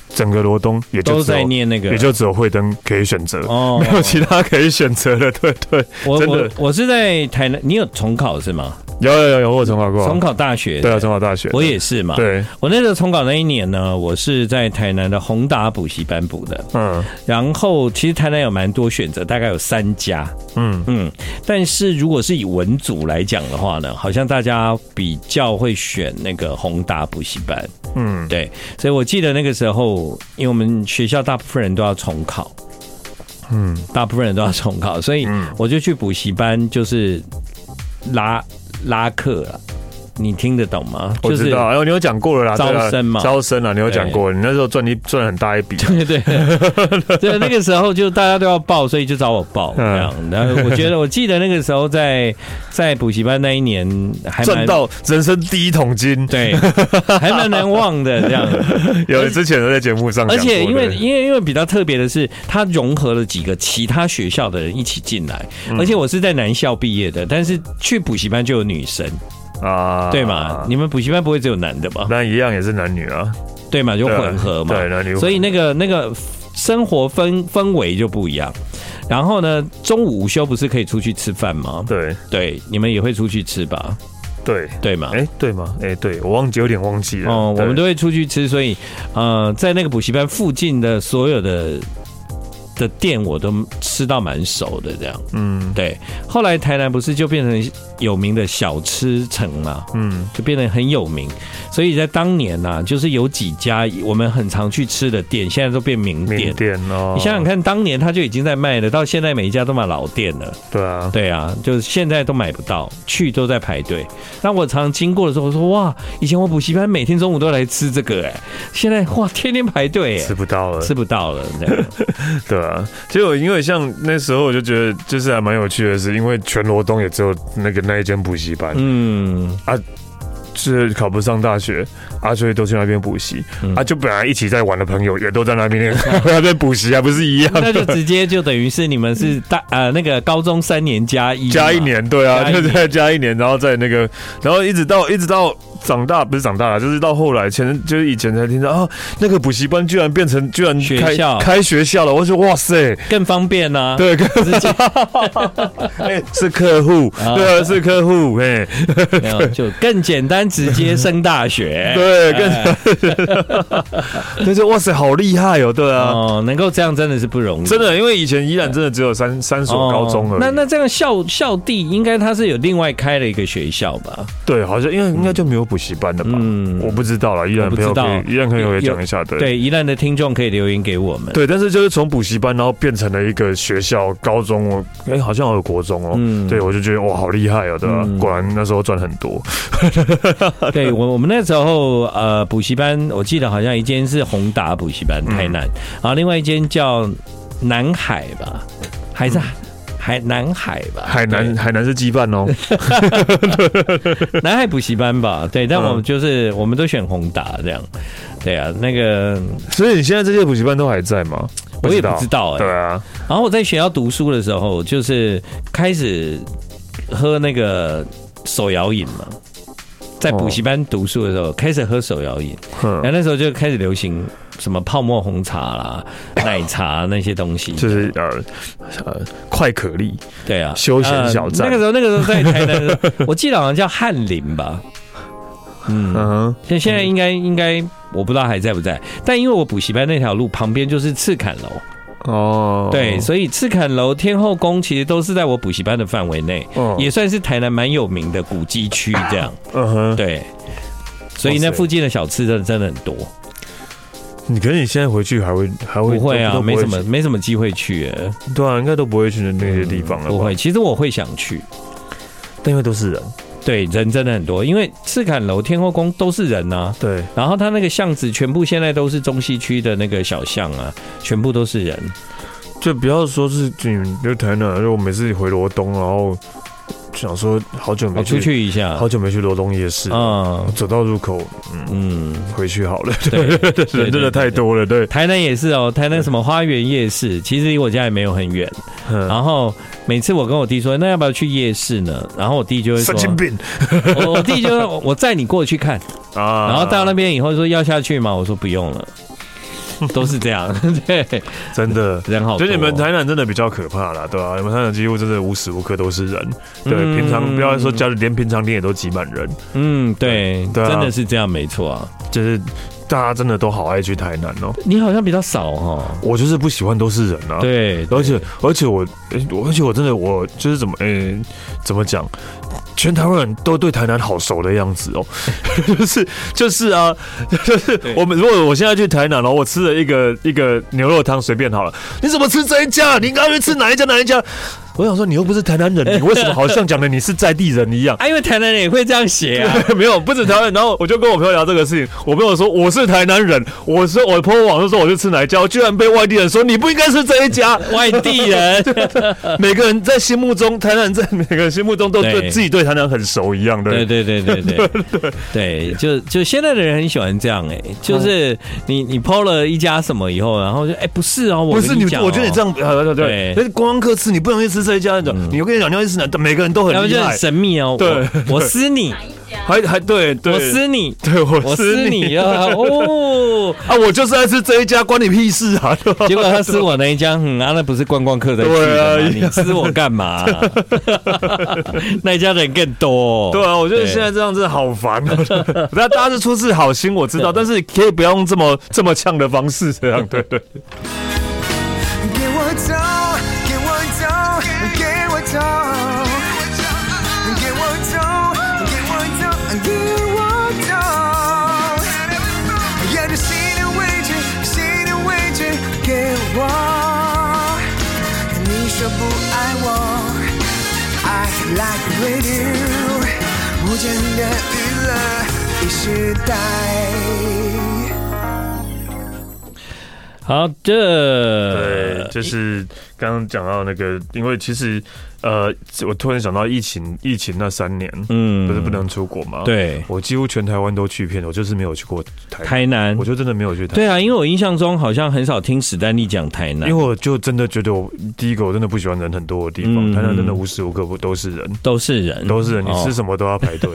Speaker 3: 整个罗东也就
Speaker 2: 都
Speaker 3: 只
Speaker 2: 在
Speaker 3: 有
Speaker 2: 念那个，
Speaker 3: 也就只有惠登可以选择，
Speaker 2: 哦
Speaker 3: 没有其他可以选择的，对对，
Speaker 2: 我
Speaker 3: 真
Speaker 2: 我
Speaker 3: 的
Speaker 2: 我是在台南，你有重考是吗？
Speaker 3: 有有有有我有重考过，
Speaker 2: 重考大学，
Speaker 3: 啊对啊，重考大学，
Speaker 2: 我也是啊嘛。，
Speaker 3: 对，
Speaker 2: 我那个重考那一年呢，我是在台南的宏达补习班补的，
Speaker 3: 嗯
Speaker 2: 然后其实台南有蛮多选择，大概有三家。
Speaker 3: 嗯
Speaker 2: 嗯，但是如果是以文组来讲的话呢，好像大家比较会选那个宏达补习班，
Speaker 3: 嗯，
Speaker 2: 对，所以我记得那个时候，因为我们学校大部分人都要重考，
Speaker 3: 嗯，
Speaker 2: 大部分人都要重考，所以
Speaker 3: 嗯
Speaker 2: 我就去补习班，就是拉拉课了。啊你听得懂吗？
Speaker 3: 我知道，哎、你有讲过了啦，对啊
Speaker 2: 招生嘛
Speaker 3: 招生啊，你有讲过，你那时候赚一赚很大一笔，啊
Speaker 2: 对对 对，那个时候就大家都要报，所以就找我报这样。
Speaker 3: 嗯
Speaker 2: 然后我觉得，我记得那个时候在在补习班那一年 还蛮
Speaker 3: 赚到人生第一桶金。
Speaker 2: 对，还蛮难忘的这 样。
Speaker 3: 有之前有在节目上讲
Speaker 2: 而
Speaker 3: 过，
Speaker 2: 且因为
Speaker 3: 对
Speaker 2: 因为因为比较特别的是，它融合了几个其他学校的人一起进来，
Speaker 3: 嗯
Speaker 2: 而且我是在男校毕业的，但是去补习班就有女生，
Speaker 3: 啊，
Speaker 2: 对嘛？你们补习班不会只有男的吧？
Speaker 3: 那一样也是男女啊，
Speaker 2: 对嘛？就混合嘛。
Speaker 3: 对男女混合，
Speaker 2: 所以那个那个生活氛氛围就不一样。然后呢，中午午休不是可以出去吃饭吗？
Speaker 3: 对
Speaker 2: 对，你们也会出去吃吧？
Speaker 3: 对，
Speaker 2: 对吗？
Speaker 3: 哎、对吗？哎、对我忘记有点忘记了。
Speaker 2: 啊哦，
Speaker 3: 对
Speaker 2: 我们都会出去吃，所以呃，在那个补习班附近的所有的的店，我都吃到蛮熟的这样。
Speaker 3: 嗯
Speaker 2: 对，后来台南不是就变成有名的小吃城嘛，
Speaker 3: 嗯
Speaker 2: 就变得很有名。所以在当年呐、就是有几家我们很常去吃的店，现在都变名
Speaker 3: 缅
Speaker 2: 店。
Speaker 3: 甸哦，
Speaker 2: 你想想，看，当年他就已经在卖了，到现在每一家都买老店了。
Speaker 3: 对啊，
Speaker 2: 对啊，就是现在都买不到，去都在排队。那我常经过的时候，我说哇，以前我补习班每天中午都来吃这个、哎，现在哇天天排队、
Speaker 3: 吃
Speaker 2: 哎，
Speaker 3: 不到了，
Speaker 2: 吃不到了。这样
Speaker 3: 对啊。结果因为像那时候我就觉得，就是还蛮有趣的是，因为全罗东也只有那个那一间补习班，
Speaker 2: 嗯，
Speaker 3: 是考不上大学，啊，所以都去那边补习，
Speaker 2: 嗯
Speaker 3: 啊，就本来一起在玩的朋友也都在那边 那边补习啊，不是一样？
Speaker 2: 那就直接就等于是你们是大呃那个高中三年加一嘛
Speaker 3: 加一，年，对
Speaker 2: 加
Speaker 3: 啊，
Speaker 2: 一
Speaker 3: 就
Speaker 2: 年
Speaker 3: 再加一年，然后再那个，然后一直到一直到长大，不是长大了，就是到后来前就是以前才听到啊，那个补习班居然变成居然
Speaker 2: 学
Speaker 3: 开
Speaker 2: 校
Speaker 3: 开学校了，我说哇塞，
Speaker 2: 更方便呐、啊。
Speaker 3: 对，跟
Speaker 2: 直接
Speaker 3: 哎是客户，
Speaker 2: 啊
Speaker 3: 对啊，是客户，哎，
Speaker 2: 没有就更简单，直接升大学。
Speaker 3: 对，啊
Speaker 2: 哎
Speaker 3: 跟就是哇塞，好厉害哦，对啊。
Speaker 2: 哦，能够这样真的是不容易，
Speaker 3: 真的，因为以前宜兰真的只有三三所高中
Speaker 2: 嗯
Speaker 3: 而
Speaker 2: 哦
Speaker 3: 已。
Speaker 2: 那那这样校校地应该它是有另外开了一个学校吧？
Speaker 3: 对，好像因为应该就没有补习班的吧？
Speaker 2: 嗯
Speaker 3: 我不知道了，依然
Speaker 2: 我不
Speaker 3: 朋友
Speaker 2: 知道
Speaker 3: 可以，依然朋友可以讲一下，对
Speaker 2: 对，宜兰的听众可以留言给我们。
Speaker 3: 对但是就是从补习班，然后变成了一个学校，高中哦，哎、好像还有国中哦，
Speaker 2: 嗯
Speaker 3: 对我就觉得哇，好厉害哦，对吧、
Speaker 2: 嗯
Speaker 3: 果然那时候赚很多，
Speaker 2: 对，我我们那时候呃补习班，我记得好像一间是宏达补习班，台南，然
Speaker 3: 嗯
Speaker 2: 后另外一间叫南海吧，还是。海南海吧，
Speaker 3: 嗯海南海南是羁绊 哦，
Speaker 2: 对南海补习班吧，对，但
Speaker 3: 嗯
Speaker 2: 我们就是、我们都选宏达这样，对啊，那个
Speaker 3: 所以你现在这些补习班都还在吗？
Speaker 2: 我也不知道哎、
Speaker 3: 对啊，
Speaker 2: 然后我在学校读书的时候，就是开始喝那个手摇饮嘛，在补习班读书的时候、开始喝手摇饮，然后
Speaker 3: 嗯，
Speaker 2: 那时候就开始流行什么泡沫红茶啦、奶茶那些东西，
Speaker 3: 就是呃呃快可力，
Speaker 2: 对啊，
Speaker 3: 休闲小站
Speaker 2: 呃那个时候，那个时候在台南的时候，我记得好像叫翰林吧，嗯，
Speaker 3: 嗯哼，
Speaker 2: 现现在应该应该我不知道还在不在，但因为我补习班那条路旁边就是赤坎楼，
Speaker 3: 哦，
Speaker 2: 对，所以赤坎楼、天后宫其实都是在我补习班的范围内，
Speaker 3: 嗯
Speaker 2: 也算是台南蛮有名的古迹区这 样。
Speaker 3: 嗯哼，
Speaker 2: 对，所以那附近的小吃真的真的很多。
Speaker 3: 你可是你现在回去还会还会
Speaker 2: 不会啊，
Speaker 3: 都
Speaker 2: 没什么
Speaker 3: 去
Speaker 2: 没什么机会去耶，
Speaker 3: 对啊，应该都不会去那些地方了吧，
Speaker 2: 不会。其实我会想去，
Speaker 3: 但因为都是人，
Speaker 2: 对，人真的很多，因为赤坎楼、天后宫都是人呐。
Speaker 3: 对，
Speaker 2: 然后它那个巷子全部现在都是中西区的那个小巷啊，全部都是人。
Speaker 3: 就不要说是你们就台南，就我每次回罗东，然后想说好久
Speaker 2: 我
Speaker 3: 没
Speaker 2: 哦出
Speaker 3: 去，
Speaker 2: 去一啊下，
Speaker 3: 好久没去罗东夜市，
Speaker 2: 嗯
Speaker 3: 走到入口
Speaker 2: 嗯，
Speaker 3: 回去好了，
Speaker 2: 对，
Speaker 3: 人 真的太多了，对，
Speaker 2: 台南也是哦，台南什么花园夜市，其实离我家也没有很远。
Speaker 3: 嗯
Speaker 2: 然后每次我跟我弟说，那要不要去夜市呢？然后我弟就会说
Speaker 3: 神，经病
Speaker 2: 我我弟就说我载你过去看。
Speaker 3: 啊
Speaker 2: 然后到那边以后说要下去吗？我说不用了，都是这样， 对，
Speaker 3: 真的。
Speaker 2: 人好多。啊
Speaker 3: 就你们台南真的比较可怕啦，对吧、你们台南几乎真的无时无刻都是人，对，
Speaker 2: 嗯
Speaker 3: 平常不要说家里，连平常店也都挤满人，
Speaker 2: 嗯，对，
Speaker 3: 对啊
Speaker 2: 真的是这样，没错啊。
Speaker 3: 就是大家真的都好爱去台南哦、
Speaker 2: 你好像比较少哈，
Speaker 3: 我就是不喜欢都是人啊，
Speaker 2: 对，
Speaker 3: 而且而且我，诶我而且我真的我就是怎么，诶、怎么讲？全台湾人都对台南好熟的样子哦， 就是就是啊，就是我们如果我现在去台南，然哦后我吃了一个一个牛肉汤，随便好了，你怎么吃这一家？你应该去吃哪一家哪一家？我想说，你又不是台南人，你为什么好像讲的你是在地人一样？
Speaker 2: 啊，因为台南人也会这样写啊。
Speaker 3: 没有，不止台湾。然后我就跟我朋友聊这个事情，我朋友说我是台南人，我说我朋友网就说我是吃哪一家，我居然被外地人说你不应该是这一 家。
Speaker 2: 外地 人，
Speaker 3: 每个人在心目中，台南人在每个人心目中都对
Speaker 2: 对
Speaker 3: 自己对台南很熟一样的。
Speaker 2: 对对对对对对，就就现在的人很喜欢这样哎、
Speaker 3: 哦
Speaker 2: 就是你你抛了一家什么以后，然后就哎、不是哦，我
Speaker 3: 不
Speaker 2: 跟
Speaker 3: 是你，
Speaker 2: 讲哦
Speaker 3: 我觉得你这样，呃对对嗯
Speaker 2: 对，
Speaker 3: 但是观光客吃你不容易吃这一家那种，你我跟你讲，你要去吃哪，每个人都很
Speaker 2: 他们
Speaker 3: 厉
Speaker 2: 就
Speaker 3: 害
Speaker 2: 很，神秘哦。
Speaker 3: 对
Speaker 2: 我我撕你，
Speaker 3: 还还对对，
Speaker 2: 我撕你，
Speaker 3: 对我
Speaker 2: 我
Speaker 3: 撕
Speaker 2: 撕
Speaker 3: 你
Speaker 2: 你啊！哦，
Speaker 3: 啊，我就是爱吃这一家，关你屁事啊！对吧
Speaker 2: 结果他撕我那一家，嗯啊，那不是观光客在去的
Speaker 3: 对啊
Speaker 2: 吗？你撕我干 嘛？那一家人更多、
Speaker 3: 对啊，我觉得
Speaker 2: 对
Speaker 3: 现在这样真的好烦 哦。那大家是出自好心，我知道，但是可以不要用这么这么呛的方式，这 样对对。
Speaker 6: 给我走，给我走，给我走，给我走，给我走，给我走。要着新的位置，新的位置给我。你说不爱我，I like radio，无间的娱乐一时代。
Speaker 2: 好
Speaker 3: 对
Speaker 2: 的，，
Speaker 3: 就是刚刚讲到那个，因为其实呃，我突然想到疫情，疫情那三年，
Speaker 2: 嗯
Speaker 3: 不是不能出国嘛？，
Speaker 2: 对
Speaker 3: 我几乎全台湾都去遍了，我就是没有去过台，
Speaker 2: 台南
Speaker 3: 我。就真的没有去台。
Speaker 2: 对啊，因为我印象中好像很少听史丹利讲台南，
Speaker 3: 因为我就真的觉得我，第一个我真的不喜欢人很多的地方，
Speaker 2: 嗯
Speaker 3: 台南真的无时无刻不都是人，
Speaker 2: 都是人，
Speaker 3: 都是人，你
Speaker 2: 哦
Speaker 3: 吃什么都要 排队，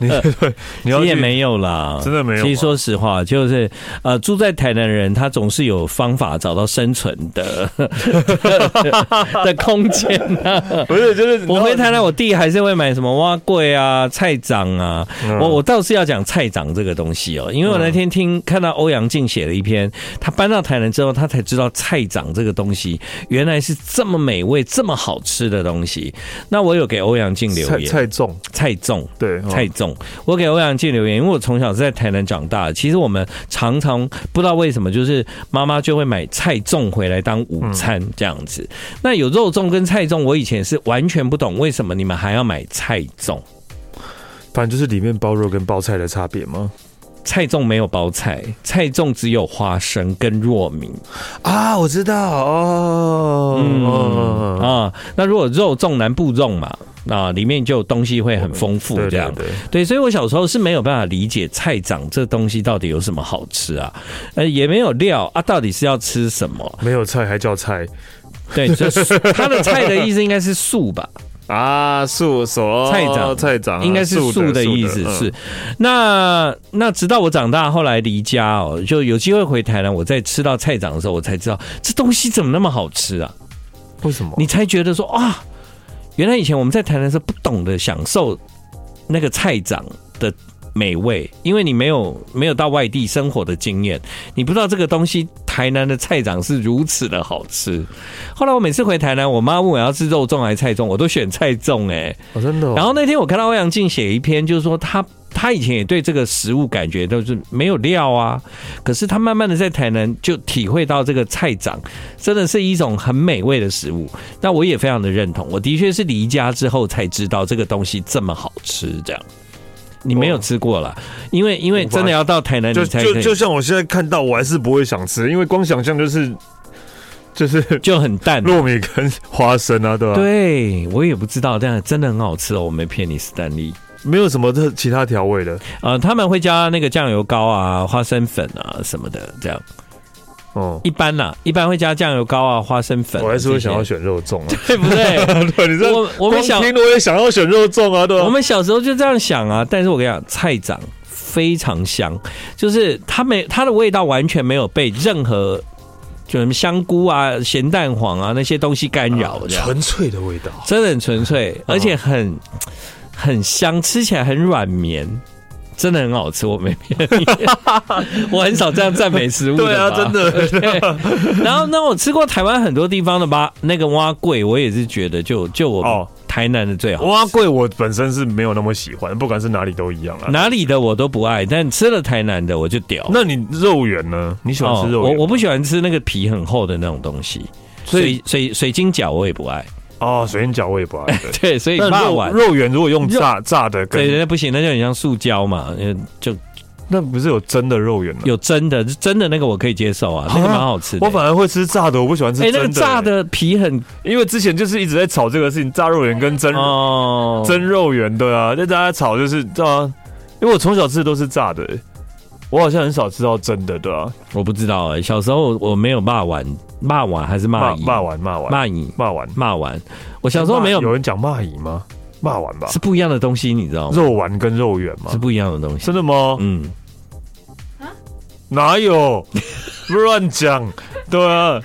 Speaker 3: 你对，
Speaker 2: 其
Speaker 3: 你要
Speaker 2: 实也
Speaker 3: 去
Speaker 2: 没有啦，
Speaker 3: 真的没有啊
Speaker 2: 其
Speaker 3: 吗
Speaker 2: 实说实话，就是呃，住在台南的人，他总是有方法找到生存的 的空间啊。
Speaker 3: 不是，就是
Speaker 2: 我回
Speaker 3: 会
Speaker 2: 台南，我弟还是会买什么蛙柜啊、菜长啊。
Speaker 3: 嗯
Speaker 2: 我我倒是要讲菜长这个东西哦，因为我那天听看到欧阳靖写了一篇，他搬到台南之后，他才知道菜长这个东西原来是这么美味、这么好吃的东西。那我有给欧阳靖留
Speaker 3: 菜
Speaker 2: 言，
Speaker 3: 菜重，
Speaker 2: 菜粽。
Speaker 3: 对，哦
Speaker 2: 蔡总，我给欧阳靖留言，因为我从小是在台南长大的。其实我们常常不知道为什么，就是妈妈就会买菜粽回来当午餐这样子。
Speaker 3: 嗯
Speaker 2: 那有肉粽跟菜粽，我以前是完全不懂为什么你们还要买菜粽。
Speaker 3: 反正就是里面包肉跟包菜的差别吗？
Speaker 2: 菜粽没有包菜，菜粽只有花生跟糯米
Speaker 3: 啊，我知道哦，
Speaker 2: 啊、
Speaker 3: 嗯，
Speaker 2: 那如果肉粽南部粽嘛，那、里面就东西会很丰富
Speaker 3: 对
Speaker 2: 这样。
Speaker 3: 对对
Speaker 2: 对，所以我小时候是没有办法理解菜长这东西到底有什么好吃啊，呃，也没有料啊，到底是要吃什么？
Speaker 3: 没有菜还叫菜
Speaker 2: 对，这是它的菜的意思应该是素 吧，
Speaker 3: 啊，素所
Speaker 2: 菜长
Speaker 3: 菜长
Speaker 2: 应该是啊素的嗯意思是。。那那直到我长大后来离家哦，就有机会回台南，我在吃到菜长的时候，我才知道这东西怎么那么好吃啊，
Speaker 3: 为什么？
Speaker 2: 你才觉得说啊，原来以前我们在台南是不懂得享受那个菜长的美味，因为你没有没有到外地生活的经验，你不知道这个东西台南的菜长是如此的好吃。后来我每次回台南，我妈问我要吃肉粽还是菜粽，我都选菜粽哎、
Speaker 3: 哦真的哦，
Speaker 2: 然后那天我看到欧阳靖写一篇，就是说他他以前也对这个食物感觉都是没有料啊，可是他慢慢的在台南就体会到这个菜长真的是一种很美味的食物。那我也非常的认同，我的确是离家之后才知道这个东西这么好吃，这样。你没有吃过啦，因为因为真的要到台南你
Speaker 3: 就
Speaker 2: 才
Speaker 3: 就
Speaker 2: 可以，
Speaker 3: 就像我现在看到，我还是不会想吃，因为光想象就是就是
Speaker 2: 就很淡。
Speaker 3: 糯米跟花生啊，对吧？，
Speaker 2: 对我也不知道，但真的很好吃哦，我没骗你，史丹利。
Speaker 3: 没有什么特其他调味的
Speaker 2: 呃，他们会加那个酱油膏啊、花生粉啊什么的，这样。
Speaker 3: 哦。
Speaker 2: 一般啦，一般会加酱油膏啊、花生粉啊、
Speaker 3: 我还是会想要
Speaker 2: 这些，
Speaker 3: 选肉粽啊，
Speaker 2: 对不对？
Speaker 3: 对，你这
Speaker 2: 我我们
Speaker 3: 光
Speaker 2: 想
Speaker 3: 听我也想要选肉粽啊，对吧？
Speaker 2: 我们小时候就这样想啊，但是我跟你讲，菜长非常香，就是它没它的味道完全没有被任何。就什么香菇啊、咸蛋黄啊那些东西干扰，这样
Speaker 3: 纯粹嗯的味道。
Speaker 2: 真的很纯粹，而且很很香，吃起来很软绵，真的很好吃。我没骗 你，我很少这样赞美食物的。
Speaker 3: 对啊，真。的。
Speaker 2: 然后，那我吃过台湾很多地方的吧，那个蛙桂，我也是觉得就就我
Speaker 3: 哦
Speaker 2: 们台南的最好。
Speaker 3: 蛙桂我本身是没有那么喜欢，不管是哪里都一样啊。
Speaker 2: 哪里的我都不爱，但吃了台南的我就屌。
Speaker 3: 那你肉圆呢？你喜欢吃肉
Speaker 2: 哦我
Speaker 3: 圆？
Speaker 2: 我不喜欢吃那个皮很厚的那种东西，所以水水晶饺我也不爱。哎
Speaker 3: 哦，水晶饺我也 不爱。对
Speaker 2: 对，所以
Speaker 3: 但
Speaker 2: 霸
Speaker 3: 肉
Speaker 2: 碗，
Speaker 3: 肉圆如果用炸炸的跟，
Speaker 2: 对，那不行，那就很像塑胶嘛，呃就
Speaker 3: 那不是有真的肉圆吗？啊
Speaker 2: 有真的，真的那个我可以接受啊，那个蛮好吃的。
Speaker 3: 我反而会吃炸的，我不喜欢吃
Speaker 2: 哎
Speaker 3: 真，的、
Speaker 2: 那个炸，的皮很
Speaker 3: 因为之前就是一直在炒这个事情，炸肉圆跟蒸、
Speaker 2: 哦，
Speaker 3: 蒸肉圆，对啊，就大家炒就是对啊，因为我从小吃的都是炸的、欸我好像很少吃到真的，对啊，
Speaker 2: 我不知道哎，小时候我没有骂碗，骂碗还是骂
Speaker 3: 骂
Speaker 2: 蚁，
Speaker 3: 骂完骂完
Speaker 2: 骂蚁
Speaker 3: 骂完，
Speaker 2: 骂碗，我小时候没有
Speaker 3: 有人讲骂蚁吗？骂完吧，
Speaker 2: 是不一样的东西，你知道吗？
Speaker 3: 肉丸跟肉圆吗
Speaker 2: 是？不一样的东西。
Speaker 3: 真的吗？
Speaker 2: 嗯，
Speaker 3: 哪有？不是乱讲，对啊，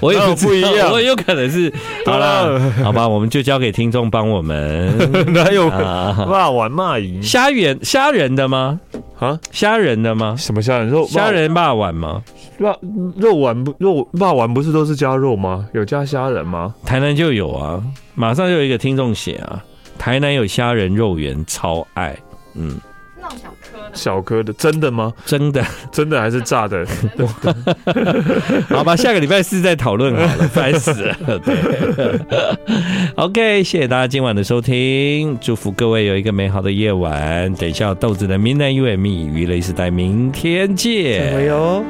Speaker 2: 我也不知道
Speaker 3: 那不一样啊
Speaker 2: 我有可能是好啦，好吧，我们就交给听众帮我们
Speaker 3: 哪有
Speaker 2: 啊。
Speaker 3: 骂完骂蚁
Speaker 2: 虾仁虾仁的吗？
Speaker 3: 啊？
Speaker 2: 虾仁的吗？
Speaker 3: 什么虾仁肉？
Speaker 2: 虾仁霸碗吗？
Speaker 3: 肉肉丸不肉霸丸不是都是加肉吗？有加虾仁吗？
Speaker 2: 台南就有啊，马上就有一个听众写啊，台南有虾仁肉圆，超爱，嗯，
Speaker 4: 那种小颗的，
Speaker 3: 小颗的，真的吗？
Speaker 2: 真的。
Speaker 3: 真的还是炸的？
Speaker 2: 好吧，下个礼拜四再讨论好了， 烦死了。对，OK，谢谢大家今晚的收听，祝福各位有一个美好的夜晚。等一下，豆子的闽南语美语雷时代，明天见。
Speaker 3: 有。